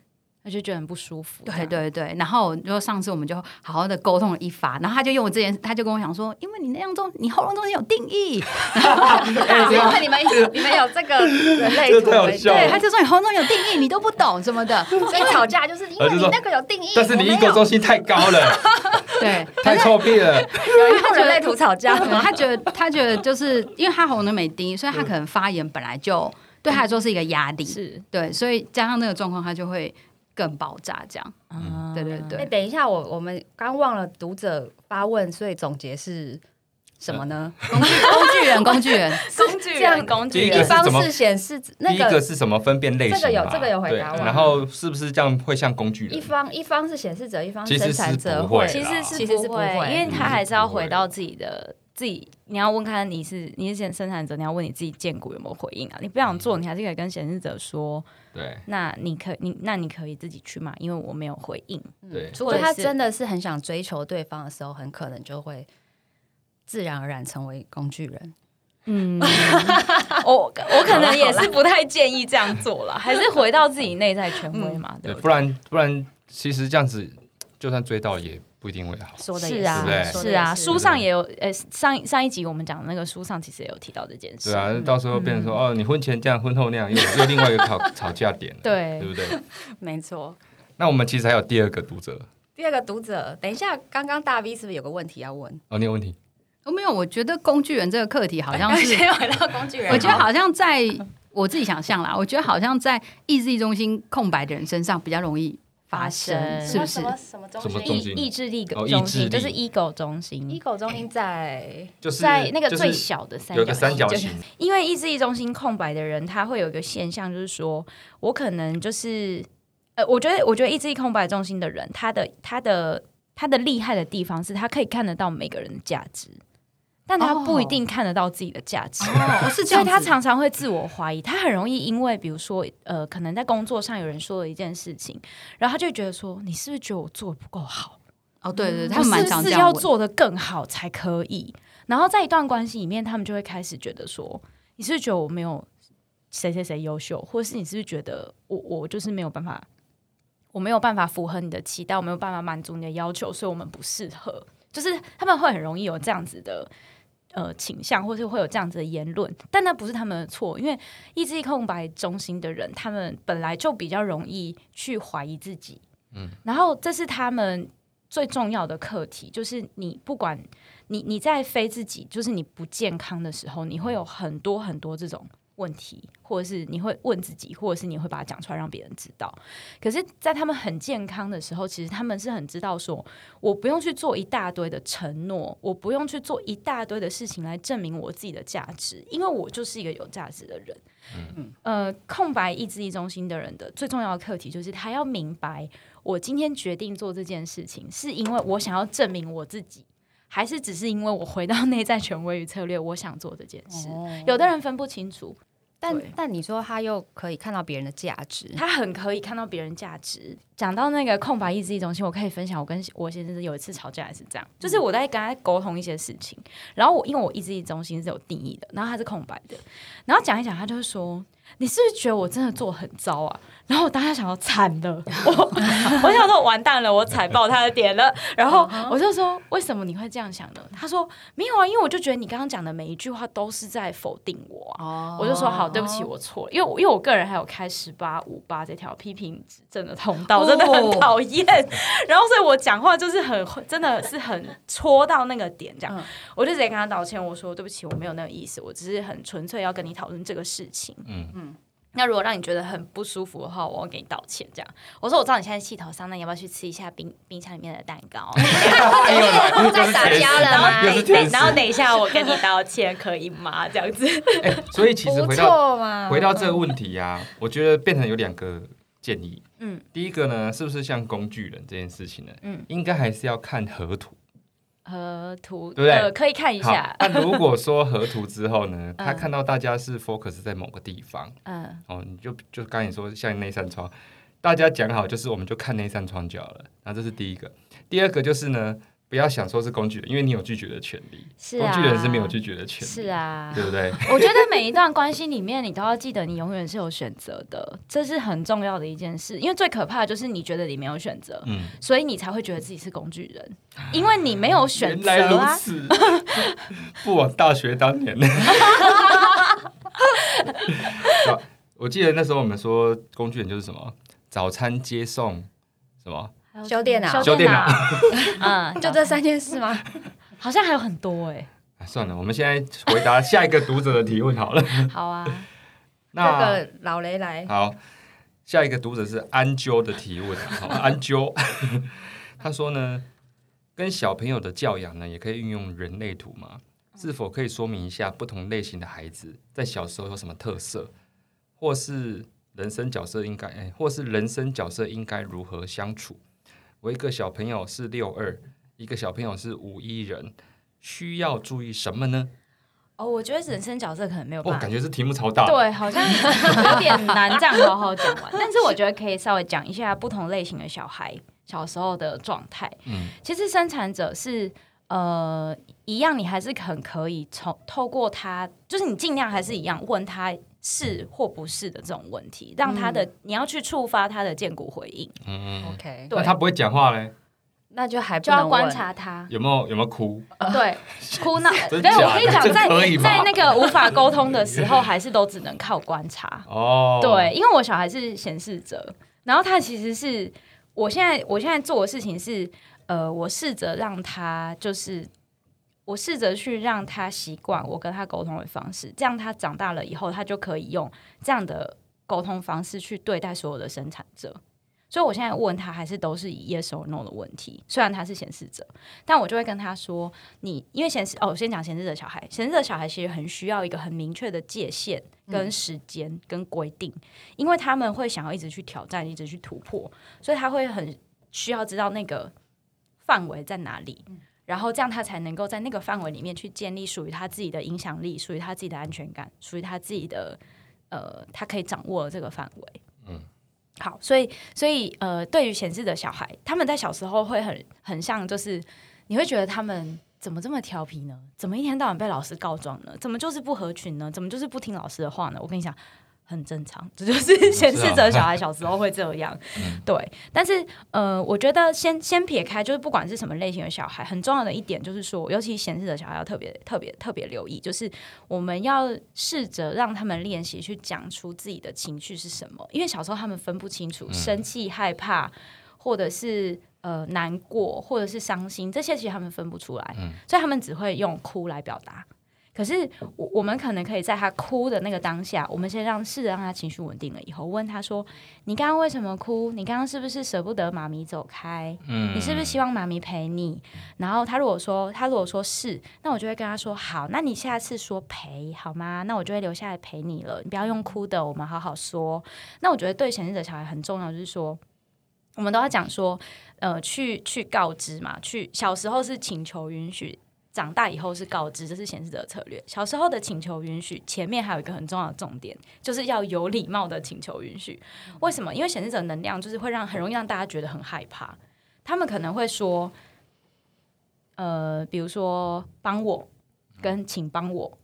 Speaker 6: 他就觉得很不舒服这
Speaker 1: 对
Speaker 6: 样
Speaker 1: 对对，然后就上次我们就好好的沟通了一发，然后他就用我之前，他就跟我讲说，因为你那样中，你喉咙中间有定义，
Speaker 3: 因为你们你们有这个人类
Speaker 2: 这太好
Speaker 3: 图，
Speaker 2: 笑了
Speaker 1: 对，他就说你喉咙中有定义，你都不懂什么 的，
Speaker 3: 所以吵架就是因为
Speaker 2: 他就
Speaker 3: 你
Speaker 2: 说
Speaker 3: 那个有定义，
Speaker 2: 但是你
Speaker 3: 我没
Speaker 2: 一
Speaker 3: 有
Speaker 2: 个中心太高了，
Speaker 1: 对，
Speaker 2: 太臭屁了，
Speaker 3: 有一个人类 图吵架，
Speaker 1: 对 他觉得他觉得就是因为他喉咙没低，所以他可能发言本来就对他来说是一个压力，
Speaker 6: 是
Speaker 1: 对，所以加上那个状况，他就会更爆炸这样。
Speaker 6: 啊
Speaker 1: 对对
Speaker 3: 哎、
Speaker 1: 对
Speaker 3: 等一下，我我们刚忘了读者发问，所以总结是什么呢？
Speaker 1: 工具 工具人，工具人，
Speaker 6: 工具
Speaker 3: 这样
Speaker 6: 人工
Speaker 2: 第
Speaker 6: 具
Speaker 2: 一个
Speaker 6: 人
Speaker 2: 是怎么
Speaker 3: 方式显示那
Speaker 2: 第一个
Speaker 3: 个
Speaker 2: 是什么分辨类型嘛？
Speaker 3: 这个有这个有回答
Speaker 2: 对
Speaker 3: 我
Speaker 2: 然后是不是这样会像工具
Speaker 3: 一
Speaker 2: 人？
Speaker 3: 方一方是显示者，一方
Speaker 2: 其实
Speaker 3: 生
Speaker 2: 是
Speaker 3: 产者
Speaker 2: 不会
Speaker 6: 其实是
Speaker 3: 啊其实是不
Speaker 6: 不会，
Speaker 3: 会
Speaker 6: 因为他还是要
Speaker 2: 不会
Speaker 6: 回到自己的自己。你要问看你是你是生生产者，你要问你自己荐股有没有回应啊？你不想做，你还是可以跟显示者说，
Speaker 2: 对
Speaker 6: 那你可你那你可以自己去嘛，因为我没有回应。
Speaker 3: 嗯
Speaker 2: 对，
Speaker 3: 除非他
Speaker 6: 对是
Speaker 3: 真的是很想追求对方的时候，很可能就会自然而然成为工具人。
Speaker 6: 嗯， 我我可能也是不太建议这样做了，还是回到自己内在权威嘛，
Speaker 3: 嗯
Speaker 6: 对
Speaker 2: 对，
Speaker 6: 不
Speaker 2: 不然不然，其实这样子就算追到也不一定会好。
Speaker 3: 说的也
Speaker 6: 是啊
Speaker 2: 对不对
Speaker 3: 说
Speaker 6: 是
Speaker 3: 的也
Speaker 6: 啊，
Speaker 3: 是
Speaker 6: 书上也有，呃，上上一集我们讲的那个书上其实也有提到这件事
Speaker 2: 对。啊，到时候变成
Speaker 3: 嗯
Speaker 2: 说、哦，你婚前这样，婚后那样，又又另外一个吵吵架点 了，
Speaker 6: 对
Speaker 2: 对不对？
Speaker 3: 没错。
Speaker 2: 那我们其实还有第二个读者
Speaker 3: 第二个读者，等一下，刚刚大 V 是不是有个问题要 问？
Speaker 2: 哦，你有问题？
Speaker 1: 哦，没有，我觉得工具人这个课题好像 是，
Speaker 3: 先回到工具人，
Speaker 1: 我觉得好像在我自己想象啦，我觉得好像在意志力中心空白的人身上比较容易发
Speaker 6: 发
Speaker 1: 生，
Speaker 6: 生
Speaker 1: 是不是？
Speaker 3: 什么
Speaker 2: 什么中
Speaker 6: 意
Speaker 2: 心
Speaker 6: 意志力
Speaker 2: 哦
Speaker 6: 中
Speaker 2: 意志力
Speaker 6: 心就是 ego 中心，
Speaker 3: ego 中心在
Speaker 2: 就是
Speaker 6: 在那个最
Speaker 2: 就是
Speaker 6: 小的三
Speaker 2: 有个三角
Speaker 6: 形，就
Speaker 2: 形，
Speaker 6: 因为意志力中心空白的人，他会有一个现象，就是说我可能就是呃，我觉得我觉得意志力空白中心的人，他的他的他的厉害的地方是他可以看得到每个人的价值，但他
Speaker 1: 哦
Speaker 6: 不一定看得到自己的价值。
Speaker 1: 哦，是这
Speaker 6: 所
Speaker 1: 样
Speaker 6: 以
Speaker 1: 子，
Speaker 6: 他常常会自我怀疑，他很容易因为比如说，呃，可能在工作上有人说了一件事情，然后他就会觉得说，你是不是觉得我做的不够好？
Speaker 1: 哦，对对，对他
Speaker 6: 我
Speaker 1: 们蛮
Speaker 6: 嗯是
Speaker 1: 常
Speaker 6: 不
Speaker 1: 这
Speaker 6: 是
Speaker 1: 样
Speaker 6: 要
Speaker 1: 问
Speaker 6: 做的更好才可以？然后在一段关系里面，他们就会开始觉得说，你是不是觉得我没有谁谁谁优秀，或是你是不是觉得我我就是没有办法，我没有办法符合你的期待，我没有办法满足你的要求，所以我们不适合。就是他们会很容易有这样子的。呃，倾向或是会有这样子的言论，但那不是他们的错，因为意志力空白中心的人，他们本来就比较容易去怀疑自己，嗯，然后这是他们最重要的课题就是你不管你你在非自己，就是你不健康的时候，你会有很多很多这种问题，或者是你会问自己，或者是你会把它讲出来让别人知道。可是，在他们很健康的时候，其实他们是很知道说，我不用去做一大堆的承诺，我不用去做一大堆的事情来证明我自己的价值，因为我就是一个有价值的人。嗯，呃，空白意志力中心的人的最重要的课题就是他要明白。我今天决定做这件事情，是因为我想要证明我自己，还是只是因为我回到内在权威与策略，我想做这件事？有的人分不清楚，
Speaker 3: 但
Speaker 6: 对
Speaker 3: 但你说他又可以看到别人的价值，
Speaker 6: 他很可以看到别人价值，讲到那个空白意志力中心，我可以分享，我跟我先生有一次吵架也是这样，就是我在跟他沟通一些事情，然后我因为我意志力中心是有定义的，然后他是空白的，然后讲一讲，他就会说。你是不是觉得我真的做很糟啊？然后我当下想要惨了，我我想说完蛋了，我踩爆他的点了。然后
Speaker 1: 嗯
Speaker 6: 我就说为什么你会这样想呢？他说没有啊，因为我就觉得你刚刚讲的每一句话都是在否定我啊。
Speaker 1: 哦
Speaker 6: 我就说好，对不起，我错了，因为我因为我个人还有开十八五八这条批评指正的通道，
Speaker 1: 哦
Speaker 6: 真的很讨厌。然后所以我讲话就是很真的是很戳到那个点，这样、
Speaker 1: 嗯
Speaker 6: 我就直接跟他道歉，我说对不起，我没有那个意思，我只是很纯粹要跟你讨论这个事情。
Speaker 2: 嗯
Speaker 6: 那如果让你觉得很不舒服的话，我要给你道歉。这样，我说我知道你现在气头上，那你要不要去吃一下冰冰箱里面的蛋 糕？
Speaker 3: 在打架了
Speaker 6: 然
Speaker 3: 吗
Speaker 6: 后
Speaker 2: 又是甜食
Speaker 6: 然后等一下我跟你道歉，可以吗？这样子。
Speaker 2: 哎，所以其实
Speaker 3: 不
Speaker 2: 回到
Speaker 3: 错嘛。
Speaker 2: 回到这个问题呀、我觉得变成有两个建议。
Speaker 6: 嗯，
Speaker 2: 第一个呢，是不是像工具人这件事情呢？
Speaker 6: 嗯，
Speaker 2: 应该还是要看河图。
Speaker 6: 呃，图
Speaker 2: 对不对
Speaker 6: 呃，可以看一
Speaker 2: 好
Speaker 6: 下，。
Speaker 2: 那如果说河图之后呢，他看到大家是 focus 在某个地方，
Speaker 6: 嗯，
Speaker 2: 哦，你就就刚才你说像那扇窗，大家讲好就是我们就看那扇窗就好了。那这是第一个，第二个就是呢，不要想说是工具人，因为你有拒绝的权利，
Speaker 6: 是啊，
Speaker 2: 工具人是没有拒绝的权利，
Speaker 6: 是，啊，
Speaker 2: 对不对？
Speaker 6: 我觉得每一段关系里面，你都要记得你永远是有选择的，这是很重要的一件事。因为最可怕的就是你觉得你没有选择，
Speaker 2: 嗯，啊
Speaker 6: 所以你才会觉得自己是工具人，因为你没有选
Speaker 2: 原
Speaker 6: 择
Speaker 2: 来如
Speaker 6: 啊。
Speaker 2: 此， 不枉大学当 年。好我记得那时候我们说工具人就是什么，早餐接送，什么
Speaker 6: 还有
Speaker 3: 修电脑
Speaker 6: 什么
Speaker 2: 修电脑，
Speaker 6: 嗯，
Speaker 3: 就
Speaker 6: 就
Speaker 3: 这三件事吗？
Speaker 6: 好像还有很多哎、
Speaker 2: 啊算了，我们现在回答下一个读者的提问好了。
Speaker 6: 好啊，
Speaker 3: 这
Speaker 2: 那
Speaker 3: 个老雷来，
Speaker 2: 好，下一个读者是安啾的提问，好，安啾， 他说呢，跟小朋友的教养呢，也可以运用人类图吗？是否可以说明一下不同类型的孩子在小时候有什么特色，或是人生角色应该，哎，或是人生角色应该如何相处？我一个小朋友是六二，一个小朋友是五一人，需要注意什么呢？
Speaker 6: 哦，我觉得人生角色可能没有
Speaker 2: 我、
Speaker 6: 办法
Speaker 2: 哦感觉这题目超大，
Speaker 6: 对，好像有点难这样好好讲完。但是我觉得可以稍微讲一下不同类型的小孩小时候的状态。
Speaker 2: 嗯
Speaker 6: 其实生产者是呃一样，你还是很可以从透过他，就是你尽量还是一样问他。是或不是的这种问题，让他的、你要去触发他的见骨回应，
Speaker 2: 嗯，
Speaker 3: ，OK，
Speaker 2: 那他不会讲话嘞，
Speaker 3: 那就还不
Speaker 6: 就要
Speaker 3: 能
Speaker 6: 观
Speaker 3: 问
Speaker 6: 察他。
Speaker 2: 有没有有没有哭？
Speaker 6: 对，哭闹。
Speaker 2: 真
Speaker 6: 对，
Speaker 2: 假的
Speaker 6: 我跟你讲，
Speaker 2: 这
Speaker 6: 在
Speaker 2: 可以吗
Speaker 6: 在那个无法沟通的时候，还是都只能靠观察。
Speaker 2: 哦，
Speaker 6: 对，因为我小孩是显示者，然后他其实是我现在我现在做的事情是，呃，我试着让他就是。我试着去让他习惯我跟他沟通的方式，这样他长大了以后，他就可以用这样的沟通方式去对待所有的生产者。所以我现在问他，还是都是以 yes or no 的问题。虽然他是显示者，但我就会跟他说：“你因为显示哦，我先讲显示者小孩，显示者小孩其实很需要一个很明确的界限、跟时间、跟规定，因为他们会想要一直去挑战，一直去突破，所以他会很需要知道那个范围在哪里。”然后这样他才能够在那个范围里面去建立属于他自己的影响力，属于他自己的安全感，属于他自己的呃，他可以掌握的这个范围。
Speaker 2: 嗯，
Speaker 6: 好，所以所以呃，对于显示的小孩，他们在小时候会很很像，就是你会觉得他们怎么这么调皮呢？怎么一天到晚被老师告状呢？怎么就是不合群呢？怎么就是不听老师的话呢？我跟你讲。很正常，这就是 显示者小孩小时候会这样，对。但是呃，我觉得先先撇开，就是不管是什么类型的小孩，很重要的一点就是说，尤其显示者小孩要特别特别特别留意，就是我们要试着让他们练习去讲出自己的情绪是什么，因为小时候他们分不清楚生气、害怕，或者是呃难过，或者是伤心，这些其实他们分不出来，所以他们只会用哭来表达。可是我我们可能可以在他哭的那个当下，我们先让试着让他情绪稳定了以后，问他说：“你刚刚为什么哭？你刚刚是不是舍不得妈咪走开？
Speaker 2: 嗯
Speaker 6: 你是不是希望妈咪陪你？然后他如果说他如果说是，那我就会跟他说好，那你下次说陪好吗？那我就会留下来陪你了，你不要用哭的，我们好好说。那我觉得对显示者小孩很重要，就是说我们都要讲说，呃，去去告知嘛，去小时候是请求允许。长大以后是告知，这是显示者的策略。小时候的请求允许，前面还有一个很重要的重点，就是要有礼貌的请求允许。为什么？因为显示者能量就是会让很容易让大家觉得很害怕，他们可能会说，呃，比如说帮我跟请帮我。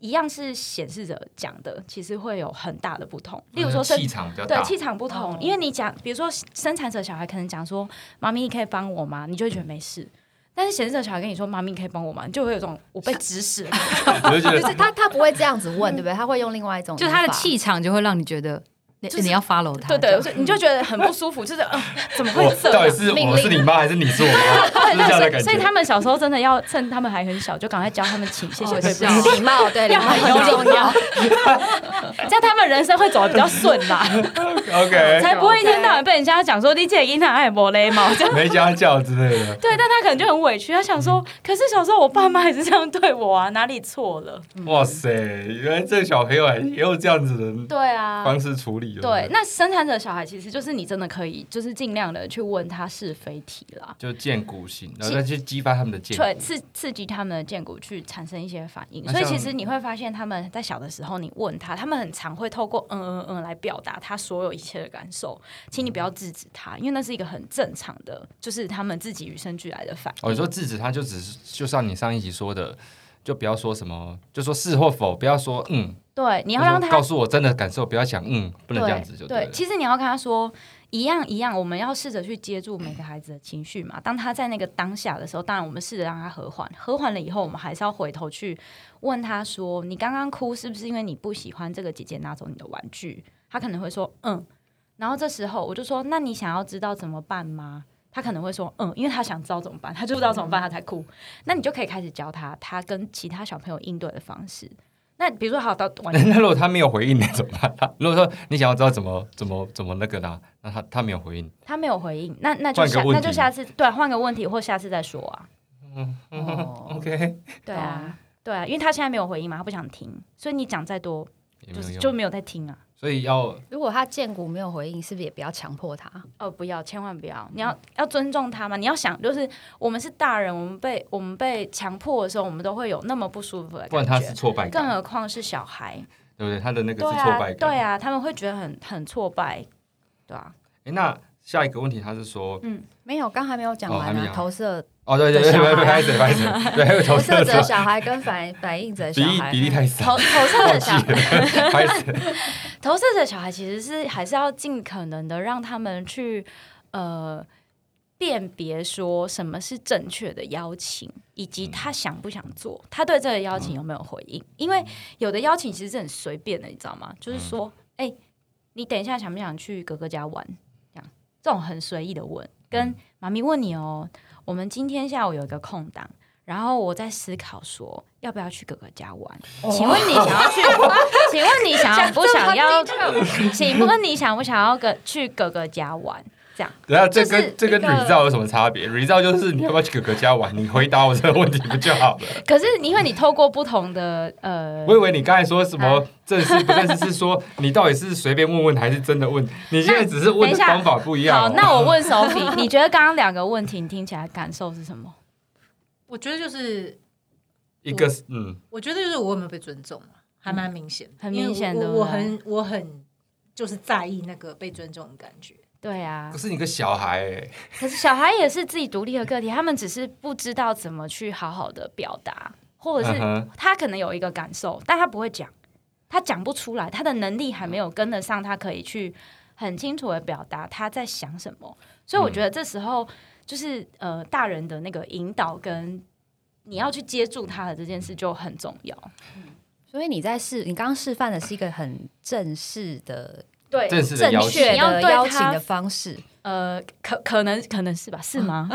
Speaker 6: 一样是显示者讲的，其实会有很大的不同。例如说，
Speaker 2: 嗯
Speaker 6: 甚
Speaker 2: 气场比较
Speaker 6: 对
Speaker 2: 大，嗯
Speaker 6: 气场不同，因为你讲，比如说生产者小孩可能讲说：“妈咪，你可以帮我吗？”你就会觉得没事。但是显示者小孩跟你说：“妈咪，你可以帮我吗？”你就会有种我被指使了。
Speaker 2: 我就觉
Speaker 3: 就
Speaker 2: 得
Speaker 3: 是他他不会这样子问，对不对？他会用另外一种语法，
Speaker 1: 就他的气场就会让你觉得你、
Speaker 6: 就是
Speaker 1: 你要 follow 他，这
Speaker 6: 对对，
Speaker 1: 样
Speaker 6: 所以你就觉得很不舒服，就是、呃、怎么会
Speaker 2: 我
Speaker 6: 这
Speaker 2: 到底
Speaker 6: 样？
Speaker 2: 是
Speaker 3: 命
Speaker 2: 我
Speaker 3: 令
Speaker 2: 是你妈还是你是我妈，
Speaker 6: 对
Speaker 2: 就是这样的
Speaker 6: 对，
Speaker 2: 感
Speaker 6: 所以
Speaker 2: 觉。
Speaker 6: 他们小时候真的要趁他们还很小，就赶快教他们请谢谢对不
Speaker 1: 好笑
Speaker 6: 起，
Speaker 3: 礼貌，对，礼
Speaker 6: 要
Speaker 3: 貌
Speaker 6: 很有礼貌， 这样他们人生会走的比较顺 啦，
Speaker 2: OK，
Speaker 6: 才不会一天到晚被人家讲说你姐英娜爱莫雷毛这样。
Speaker 2: 没家教之类的。
Speaker 6: 对，但他可能就很委屈，他想说，
Speaker 2: 嗯
Speaker 6: 可是小时候我爸妈也是这样对我啊，哪里错了？
Speaker 2: 哇塞，
Speaker 6: 嗯
Speaker 2: 原来这个小朋友也有这样子的
Speaker 6: 对啊
Speaker 2: 方式处理。不
Speaker 6: 对，那生产者小孩其实就是你真的可以，就是尽量的去问他是非题啦，
Speaker 2: 就建骨型，然后再去激发他们的建
Speaker 6: 对，刺刺激他们的剑骨去产生一些反应。
Speaker 2: 那
Speaker 6: 所以
Speaker 2: 像
Speaker 6: 其实你会发现，他们在小的时候，你问他，他们很常会透过嗯嗯嗯来表达他所有一切的感受，请你不要制止他，因为那是一个很正常的，就是他们自己与生俱来的反
Speaker 2: 哦，你说制止他，就只是就像你上一集说的，就不要说什么，就说是或否，不要说嗯。
Speaker 6: 对，你
Speaker 2: 你
Speaker 6: 要让他
Speaker 2: 告诉我真的感受，不要讲嗯，不能这样子就
Speaker 6: 对
Speaker 2: 了。
Speaker 6: 其实你要跟他说一样一样，我们要试着去接住每个孩子的情绪嘛。当他在那个当下的时候，当然我们试着让他和缓，和缓了以后，我们还是要回头去问他说：“你刚刚哭是不是因为你不喜欢这个姐姐拿走你的玩具？”他可能会说：“嗯。”然后这时候我就说：“那你想要知道怎么办吗？”他可能会说：“嗯，因为他想知道怎么办，他就不知道怎么办，他才哭。”那你就可以开始教他他跟其他小朋友应对的方式。那比如说，好到玩具
Speaker 2: 那如果他没有回应，你怎么办？ 他如果说你想要知道怎么怎么怎么那个啦，那他他没有回应，
Speaker 6: 他没有回应，那那就
Speaker 2: 换个
Speaker 6: 下
Speaker 2: 问
Speaker 6: 那
Speaker 2: 题
Speaker 6: 就下次对换个问题或下次再说啊。
Speaker 3: 哦
Speaker 2: OK，
Speaker 6: 对啊，对啊，因为他现在没有回应嘛，他不想听，所以你讲再多
Speaker 2: 也没
Speaker 6: 就
Speaker 2: 有
Speaker 6: 是
Speaker 2: 用。
Speaker 6: 就没有在听啊。
Speaker 2: 所以要
Speaker 3: 如果他见骨没有回应，是不是也不要强迫他？
Speaker 6: 哦，不要，千万不要！你要要尊重他嘛。你要想，就是我们是大人，我们被我们被强迫的时候，我们都会有那么不舒服的
Speaker 2: 不然
Speaker 6: 感
Speaker 2: 他
Speaker 6: 觉
Speaker 2: 是，挫败
Speaker 6: 更
Speaker 2: 感，
Speaker 6: 何况是小孩。
Speaker 2: 对不对？他的那个
Speaker 6: 对
Speaker 2: 是挫
Speaker 6: 啊
Speaker 2: 败，感。
Speaker 6: 对啊，他们会觉得很很挫败，对啊，
Speaker 2: 诶那下一个问题他是说，
Speaker 6: 嗯，
Speaker 3: 没有，刚还没有讲
Speaker 2: 哦还
Speaker 3: 完
Speaker 2: 没
Speaker 3: 啊。
Speaker 2: 讲
Speaker 3: 投 射
Speaker 2: 哦对对对，对拍谁 拍谁，对，还有
Speaker 3: 投
Speaker 2: 投
Speaker 3: 射
Speaker 2: 射
Speaker 3: 者
Speaker 2: 者
Speaker 3: 小孩跟反反应者
Speaker 2: 比
Speaker 3: 小
Speaker 2: 例
Speaker 3: 孩
Speaker 2: 比，例太少，
Speaker 6: 投投射
Speaker 2: 忘
Speaker 6: 的
Speaker 2: 记
Speaker 6: 小
Speaker 2: 了，拍谁？
Speaker 6: 投射者小孩其实是还是要尽可能的让他们去呃辨别说什么是正确的邀请，以及他想不想做，他对这个邀请有没有回应。因为有的邀请其实是很随便的，你知道吗？就是说，哎、你等一下想不想去哥哥家玩？这样这种很随意的问，跟妈咪问你哦，我们今天下午有一个空档。然后我在思考说，要不要去哥哥家玩？
Speaker 2: 哦
Speaker 6: 请问你想 要去？请问你想不想要？请问你想不想要跟去哥哥家玩？这样
Speaker 2: 等一下，啊这
Speaker 6: 就是
Speaker 2: 跟这跟
Speaker 6: 一个
Speaker 2: result 有什么差别？result 就是你要不要去哥哥家玩？你回答我这个问题不就好了？
Speaker 6: 可是因为你透过不同的呃
Speaker 2: 我，以为你刚才说什么正式不正式，是说你到底是随便问问还是真的问？你现在只是问
Speaker 6: 等一
Speaker 2: 的
Speaker 6: 下
Speaker 2: 方法不一样
Speaker 6: 好，
Speaker 2: 哦。
Speaker 6: 那我问 Sophie，你觉得刚刚两个问题你听起来感受是什么？
Speaker 5: 我觉得就是
Speaker 2: 一个是嗯，
Speaker 5: 我觉得就是我有没有被尊重啊，还蛮明显的，
Speaker 6: 很
Speaker 5: 因为
Speaker 6: 明显
Speaker 5: 我
Speaker 6: 对不
Speaker 5: 我我
Speaker 6: 对
Speaker 5: 很我很就是在意那个被尊重的感
Speaker 2: 哦
Speaker 5: 觉。
Speaker 6: 对啊
Speaker 2: 可，是你个小孩欸，
Speaker 6: 可是小孩也是自己独立的个体，他们只是不知道怎么去好好的表达，或者
Speaker 2: 嗯
Speaker 6: 是
Speaker 2: 哼
Speaker 6: 他可能有一个感受，但他不会讲，他讲不出来，他的能力还没有跟得上，他可以去很清楚的表达他在想什么。所以
Speaker 2: 嗯
Speaker 6: 我觉得这时候就是呃，大人的那个引导跟你要去接住他的这件事就很重要。
Speaker 3: 所以你在示，你刚刚示范的是一个很正式的、
Speaker 6: 对
Speaker 2: 正式的
Speaker 3: 正
Speaker 2: 邀请
Speaker 3: 确
Speaker 6: 你要
Speaker 3: 的
Speaker 6: 对他
Speaker 3: 邀请的方式。
Speaker 6: 呃，可可能可能是吧？是 吗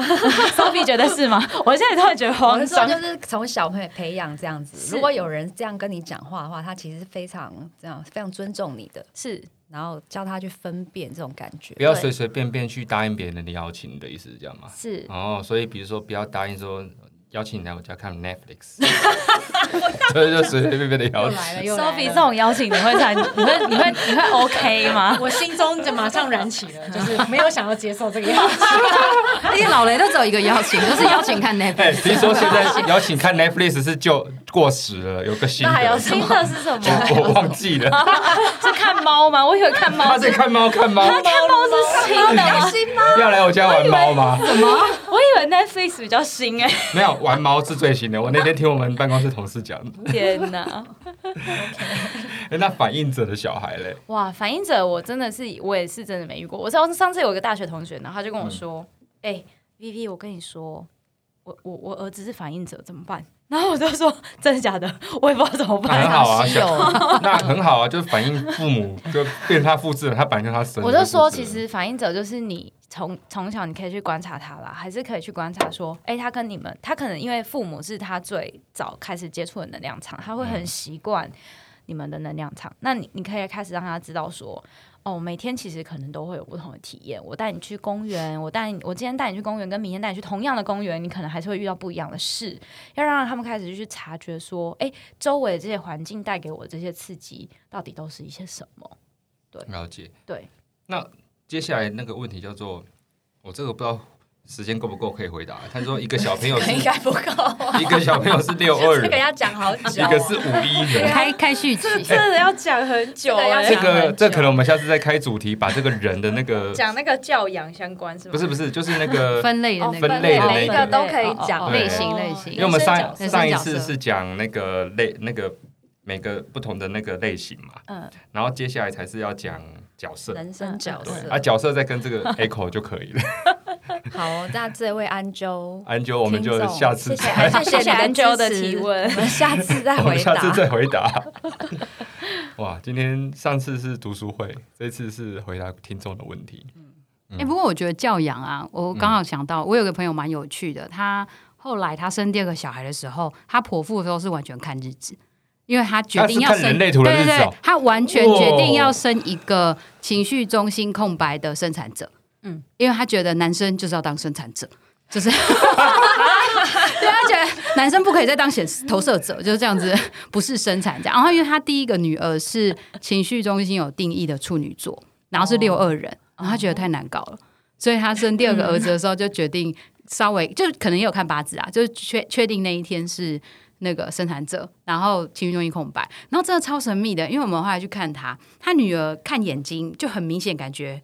Speaker 6: ？Sophie 觉得是吗？我现在突然觉得
Speaker 3: 我
Speaker 6: 慌
Speaker 3: 是说，
Speaker 6: 张
Speaker 3: 就。是从小朋友培养这样子。
Speaker 6: 是
Speaker 3: 如果有人这样跟你讲话的话，他其实是非常这样非常尊重你的，
Speaker 6: 是
Speaker 3: 然后教他去分辨这种感觉
Speaker 2: 不。要随随便便去答应别人的邀请，你的意思是这样吗？
Speaker 6: 是，
Speaker 2: 哦，所以比如说不要答应说邀请你来我家看 Netflix，所以 就随随便便的邀
Speaker 5: 又
Speaker 2: 请。
Speaker 5: 来了，又来
Speaker 6: Sophie 这
Speaker 5: 了。
Speaker 6: 种邀请，你会 在，你会你会你会 OK 吗？
Speaker 5: 我心中就马上燃起了，就是没有想要接受这个样子。
Speaker 1: 而且老雷都只有一个邀请，就是邀请 看
Speaker 2: 哎，
Speaker 1: Netflix。
Speaker 2: 听说现在邀请看 Netflix 是就过时了，有个新
Speaker 5: 那还
Speaker 2: 的
Speaker 5: 有，
Speaker 6: 新的是 什么？
Speaker 2: 我我忘记了。
Speaker 6: 是看猫吗？我以为看猫
Speaker 2: 他在看猫，看猫，
Speaker 6: 看猫是新的吗？
Speaker 2: 要来我家玩猫吗？
Speaker 6: 哦我以为 Netflix 比较新哎、
Speaker 2: 没有，玩猫是最新的。我那天听我们办公室同事讲，
Speaker 6: 天哪！
Speaker 2: 哎那反应者的小孩嘞，
Speaker 6: 哇，反应者我真的是我也是真的没遇过。我知道上次有一个大学同学，然后他就跟我说：“哎、v v 我跟你说，我我我儿子是反应者，怎么办？”然后我就说：“真的假的？我也不知道怎么
Speaker 2: 那很
Speaker 6: 办。
Speaker 2: 好啊，
Speaker 1: 稀有
Speaker 2: 小那很好啊，就是反映父母就变成他复制了，他本来就他生的。
Speaker 6: 我就说，
Speaker 2: 复制
Speaker 6: 其
Speaker 2: 了
Speaker 6: 实反应者就是你从从小你可以去观察他啦，还是可以去观察说，哎、他跟你们，他可能因为父母是他最早开始接触的能量场，他会
Speaker 2: 嗯
Speaker 6: 很习惯你们的能量场。那你你可以开始让他知道说，哦，每天其实可能都会有不同的体验。我带你去公园，我带你，我今天带你去公园，跟明天带你去同样的公园，你可能还是会遇到不一样的事。要让他们开始去察觉说，哎、周围的这些环境带给我这些刺激，到底都是一些什么？
Speaker 2: 了解。
Speaker 6: 对，
Speaker 2: 那接下来那个问题叫做，我这个不知道时间够不够可以回答。他说一个小 朋友是
Speaker 3: 应该不够，
Speaker 2: 一个小朋友是六二
Speaker 3: 这个
Speaker 2: 人，
Speaker 3: 要讲好久、啊
Speaker 2: 一个是五一人。
Speaker 1: 开开续集，
Speaker 6: 真的要讲很久
Speaker 3: 真的要
Speaker 6: 哎、
Speaker 2: 这
Speaker 3: 讲
Speaker 2: 个这可能我们下次再开主题，把这个人的那个
Speaker 6: 讲那个教养相关是吗？
Speaker 2: 不是不是，就是那个，
Speaker 1: 分类的那个
Speaker 2: 哦分类的那
Speaker 3: 啊每一
Speaker 2: 个
Speaker 3: 个都可以
Speaker 1: 哦
Speaker 3: 讲
Speaker 1: 哦
Speaker 2: 对
Speaker 1: 类型类型
Speaker 2: 因为我们上
Speaker 1: 色
Speaker 2: 上一
Speaker 1: 人生
Speaker 2: 次
Speaker 1: 角色
Speaker 2: 是讲那个类那个每个不同的那个类型嘛，
Speaker 6: 嗯
Speaker 2: 然后接下来才是要讲角色，
Speaker 3: 人生角
Speaker 2: 对
Speaker 3: 色。
Speaker 2: 啊角色再跟这个 echo 就可以 了。
Speaker 3: 好，哦那这位安啾，
Speaker 2: 安啾，我们就下次
Speaker 3: 谢谢
Speaker 2: 再，
Speaker 3: 安啾，
Speaker 6: 谢谢
Speaker 3: 安
Speaker 6: 安
Speaker 3: 啾
Speaker 6: 啾的提，问
Speaker 3: 我。们下 次再
Speaker 2: 我们
Speaker 3: 回
Speaker 2: 下次
Speaker 3: 答。
Speaker 2: 再回答。哇，今天上次是读书会，这次是回答听众的问题。嗯
Speaker 1: 哎、不过我觉得教养啊，我刚好想到，我有个朋友蛮有趣的，她后来她生第二个小孩的时候，她剖腹的时候是完全看日子，因为她决定要
Speaker 2: 她是
Speaker 1: 生
Speaker 2: 看人类图的日
Speaker 1: 对
Speaker 2: 子
Speaker 1: 对
Speaker 2: 哦
Speaker 1: 对，她完全决定要生一个情绪中心空白的生产者，嗯
Speaker 6: 嗯，
Speaker 1: 因为她觉得男生就是要当生产者。就是， 对，她觉得男生不可以再当显示投射者，就是这样子，不是生产者。然后，因为她第一个女儿是情绪中心有定义的处女座，然后是六二人，然后她觉得太难搞了，所以她生第二个儿子的时候就决定稍微，就可能也有看八字啊，就是确确定那一天是那个生产者，然后情绪中心空白，然后真的超神秘的，因为我们后来去看她，她女儿看眼睛就很明显感觉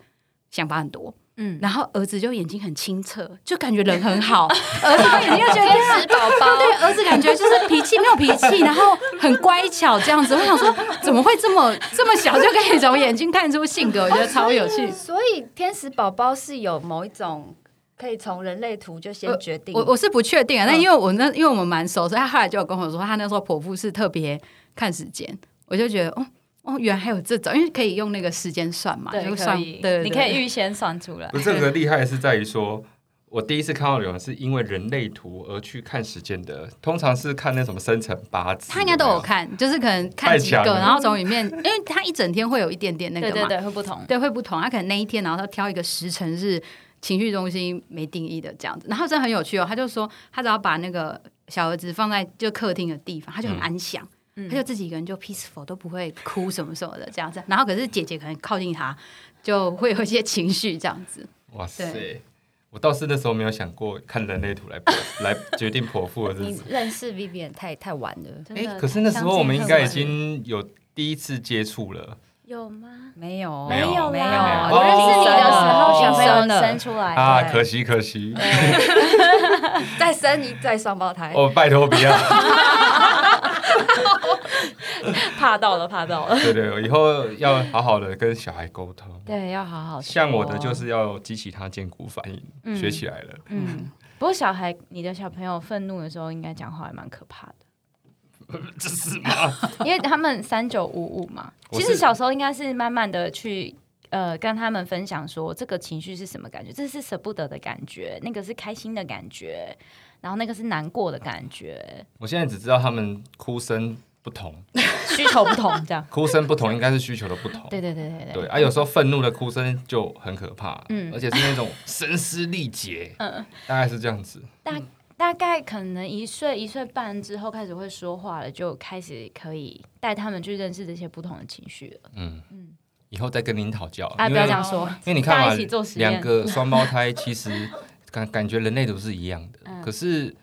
Speaker 1: 想法很多。嗯
Speaker 6: 嗯，
Speaker 1: 然后儿子就眼睛很清澈，就感觉人很好。儿子看眼睛就觉得天 使宝宝，对，儿子感觉就是脾气没有脾气，然后很乖巧这样子。我想说，怎么会这么这么小就可以从眼睛看出性格？我觉得超有趣。
Speaker 3: 所以天使宝宝是有某一种可以从人类图就先决定
Speaker 1: 我我是不确定啊，但
Speaker 3: 嗯
Speaker 1: 因为我那因为我们蛮熟，所以他后来就有跟我说，他那时候剖腹是特别看时间，我就觉得哦哦，原来还有这种，因为可以用那个时间算嘛，就算对，
Speaker 6: 你可以预先算出来
Speaker 2: 不。是这个厉害是在于说，我第一次看到有人是因为人类图而去看时间的，通常是看那什么生辰八字，
Speaker 1: 他应该都有
Speaker 2: 没
Speaker 1: 看，就是可能看
Speaker 2: 太
Speaker 1: 几
Speaker 2: 强
Speaker 1: 个，
Speaker 2: 了
Speaker 1: 然后从里面，因为他一整天会有一点点那个
Speaker 6: 对
Speaker 1: 嘛，
Speaker 6: 对对，会不同。
Speaker 1: 对，会不同。他可能那一天，然后他挑一个时辰是情绪中心没定义的这样子，然后真的很有趣哦。他就说，他只要把那个小儿子放在就客厅的地方，他就很
Speaker 2: 嗯
Speaker 1: 安详。
Speaker 6: 嗯
Speaker 1: 他就自己一个人就 peaceful 都不会哭什么什么的这样子，然后可是姐姐可能靠近他就会有一些情绪这样子，
Speaker 2: 有？哇塞
Speaker 1: 对！
Speaker 2: 我倒是那时候没有想过看人类图来 来决定剖腹的日
Speaker 3: 你
Speaker 2: 子。
Speaker 3: 认识 Vivian 太太晚了，
Speaker 6: 真
Speaker 2: 哎
Speaker 6: 的，
Speaker 2: 可是那时候我们应该已
Speaker 6: 相见
Speaker 2: 经有第一次接触了，
Speaker 6: 有吗？
Speaker 3: 没有
Speaker 2: 没有
Speaker 3: 没
Speaker 6: 没
Speaker 3: 有
Speaker 6: 有
Speaker 2: 啦，
Speaker 3: 我认识你的时候
Speaker 2: 哦
Speaker 3: 小朋友
Speaker 6: 生
Speaker 3: 生
Speaker 6: 出来
Speaker 2: 啊，
Speaker 6: 对
Speaker 2: 可惜可惜，
Speaker 3: 再生一再双胞 胎，
Speaker 2: 哦，拜托不 要，
Speaker 6: 怕到了，怕到了。
Speaker 2: 对对，以后要好好的跟小孩沟通。
Speaker 6: 对，要好好。
Speaker 2: 像我的就，是要激起他健骨反应，
Speaker 6: 嗯
Speaker 2: 学起来了。
Speaker 6: 嗯，不过小孩，你的小朋友愤怒的时候，应该讲话还蛮可怕的。
Speaker 2: 这是吗？
Speaker 6: 因为他们三九五五嘛，
Speaker 2: 我
Speaker 6: 其
Speaker 2: 是
Speaker 6: 实小时候应该是慢慢的去呃跟他们分享说这个情绪是什么感觉，这是舍不得的感觉，那个是开心的感觉，然后那个是难过的感觉，
Speaker 2: 我现在只知道他们哭声不 同，
Speaker 6: 需求不同这样
Speaker 2: 。哭声不同应该是需求的不同。
Speaker 6: 对对对对
Speaker 2: 对啊，有时候愤怒的哭声就很可怕，
Speaker 6: 嗯
Speaker 2: 而且是那种声嘶力竭，大概是这样子。
Speaker 6: 大概可能一岁一岁半之后开始会说话了，就开始可以带他们去认识这些不同的情绪了。
Speaker 2: 嗯
Speaker 6: 嗯
Speaker 2: 以后再跟您讨教，
Speaker 6: 啊，
Speaker 2: 因
Speaker 6: 不要
Speaker 2: 为
Speaker 6: 这样说，
Speaker 2: 哦因为你看
Speaker 6: 大
Speaker 2: 嘛
Speaker 6: 家一起做，实验
Speaker 2: 两个双胞胎其实感感觉人类都是一样的，
Speaker 6: 嗯
Speaker 2: 可是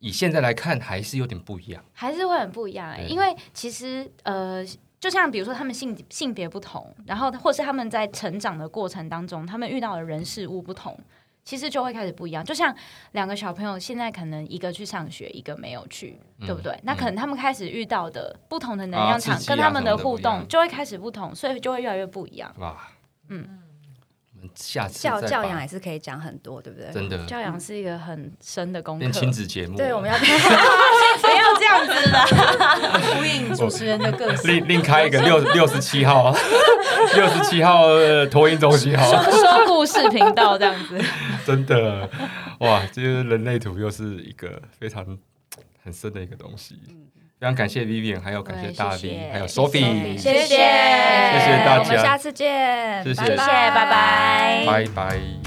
Speaker 2: 以现在来看还是有点不一样。
Speaker 6: 还是会很不一样哎、
Speaker 2: 对
Speaker 6: 因为其实呃，就像比如说他们性性别不同，然后或是他们在成长的过程当中，他们遇到的人事物不同，其实就会开始不一样。就像两个小朋友现在可能一个去上学，一个没有去，
Speaker 2: 嗯
Speaker 6: 对不对？那可能他们开始遇到的不同的能
Speaker 2: 啊
Speaker 6: 量
Speaker 2: 刺
Speaker 6: 场、
Speaker 2: 激啊
Speaker 6: 跟他们
Speaker 2: 什么
Speaker 6: 的
Speaker 2: 的
Speaker 6: 互
Speaker 2: 不一样
Speaker 6: 动就会开始不同，所以就会越来越不一样。
Speaker 2: 哇，
Speaker 6: 嗯，
Speaker 2: 我们下次
Speaker 3: 教
Speaker 2: 再
Speaker 3: 教
Speaker 2: 把
Speaker 3: 养也是可以讲很多，对不对？
Speaker 2: 真的
Speaker 6: 教养是一个很深的功课
Speaker 2: 变，亲子节目了，
Speaker 3: 对，我 们要
Speaker 6: 不要这样子了。
Speaker 5: 呼应主持人的个性。
Speaker 2: 另另开一个六六十七号， 六十七号呃投影中 心号，
Speaker 6: 说故事频道这样子，
Speaker 2: 真的哇，这个人类图又是一个非常很深的一个东西。非常感谢 Vivian，还有感谢
Speaker 6: 对
Speaker 2: 大
Speaker 6: 谢
Speaker 2: V，
Speaker 6: 谢
Speaker 2: 还有
Speaker 6: 谢谢
Speaker 2: Sophie，
Speaker 6: Sophie
Speaker 3: 谢谢
Speaker 2: 谢大家
Speaker 3: 我们下次见，
Speaker 2: 谢谢
Speaker 6: 谢谢，拜拜。
Speaker 2: 拜拜。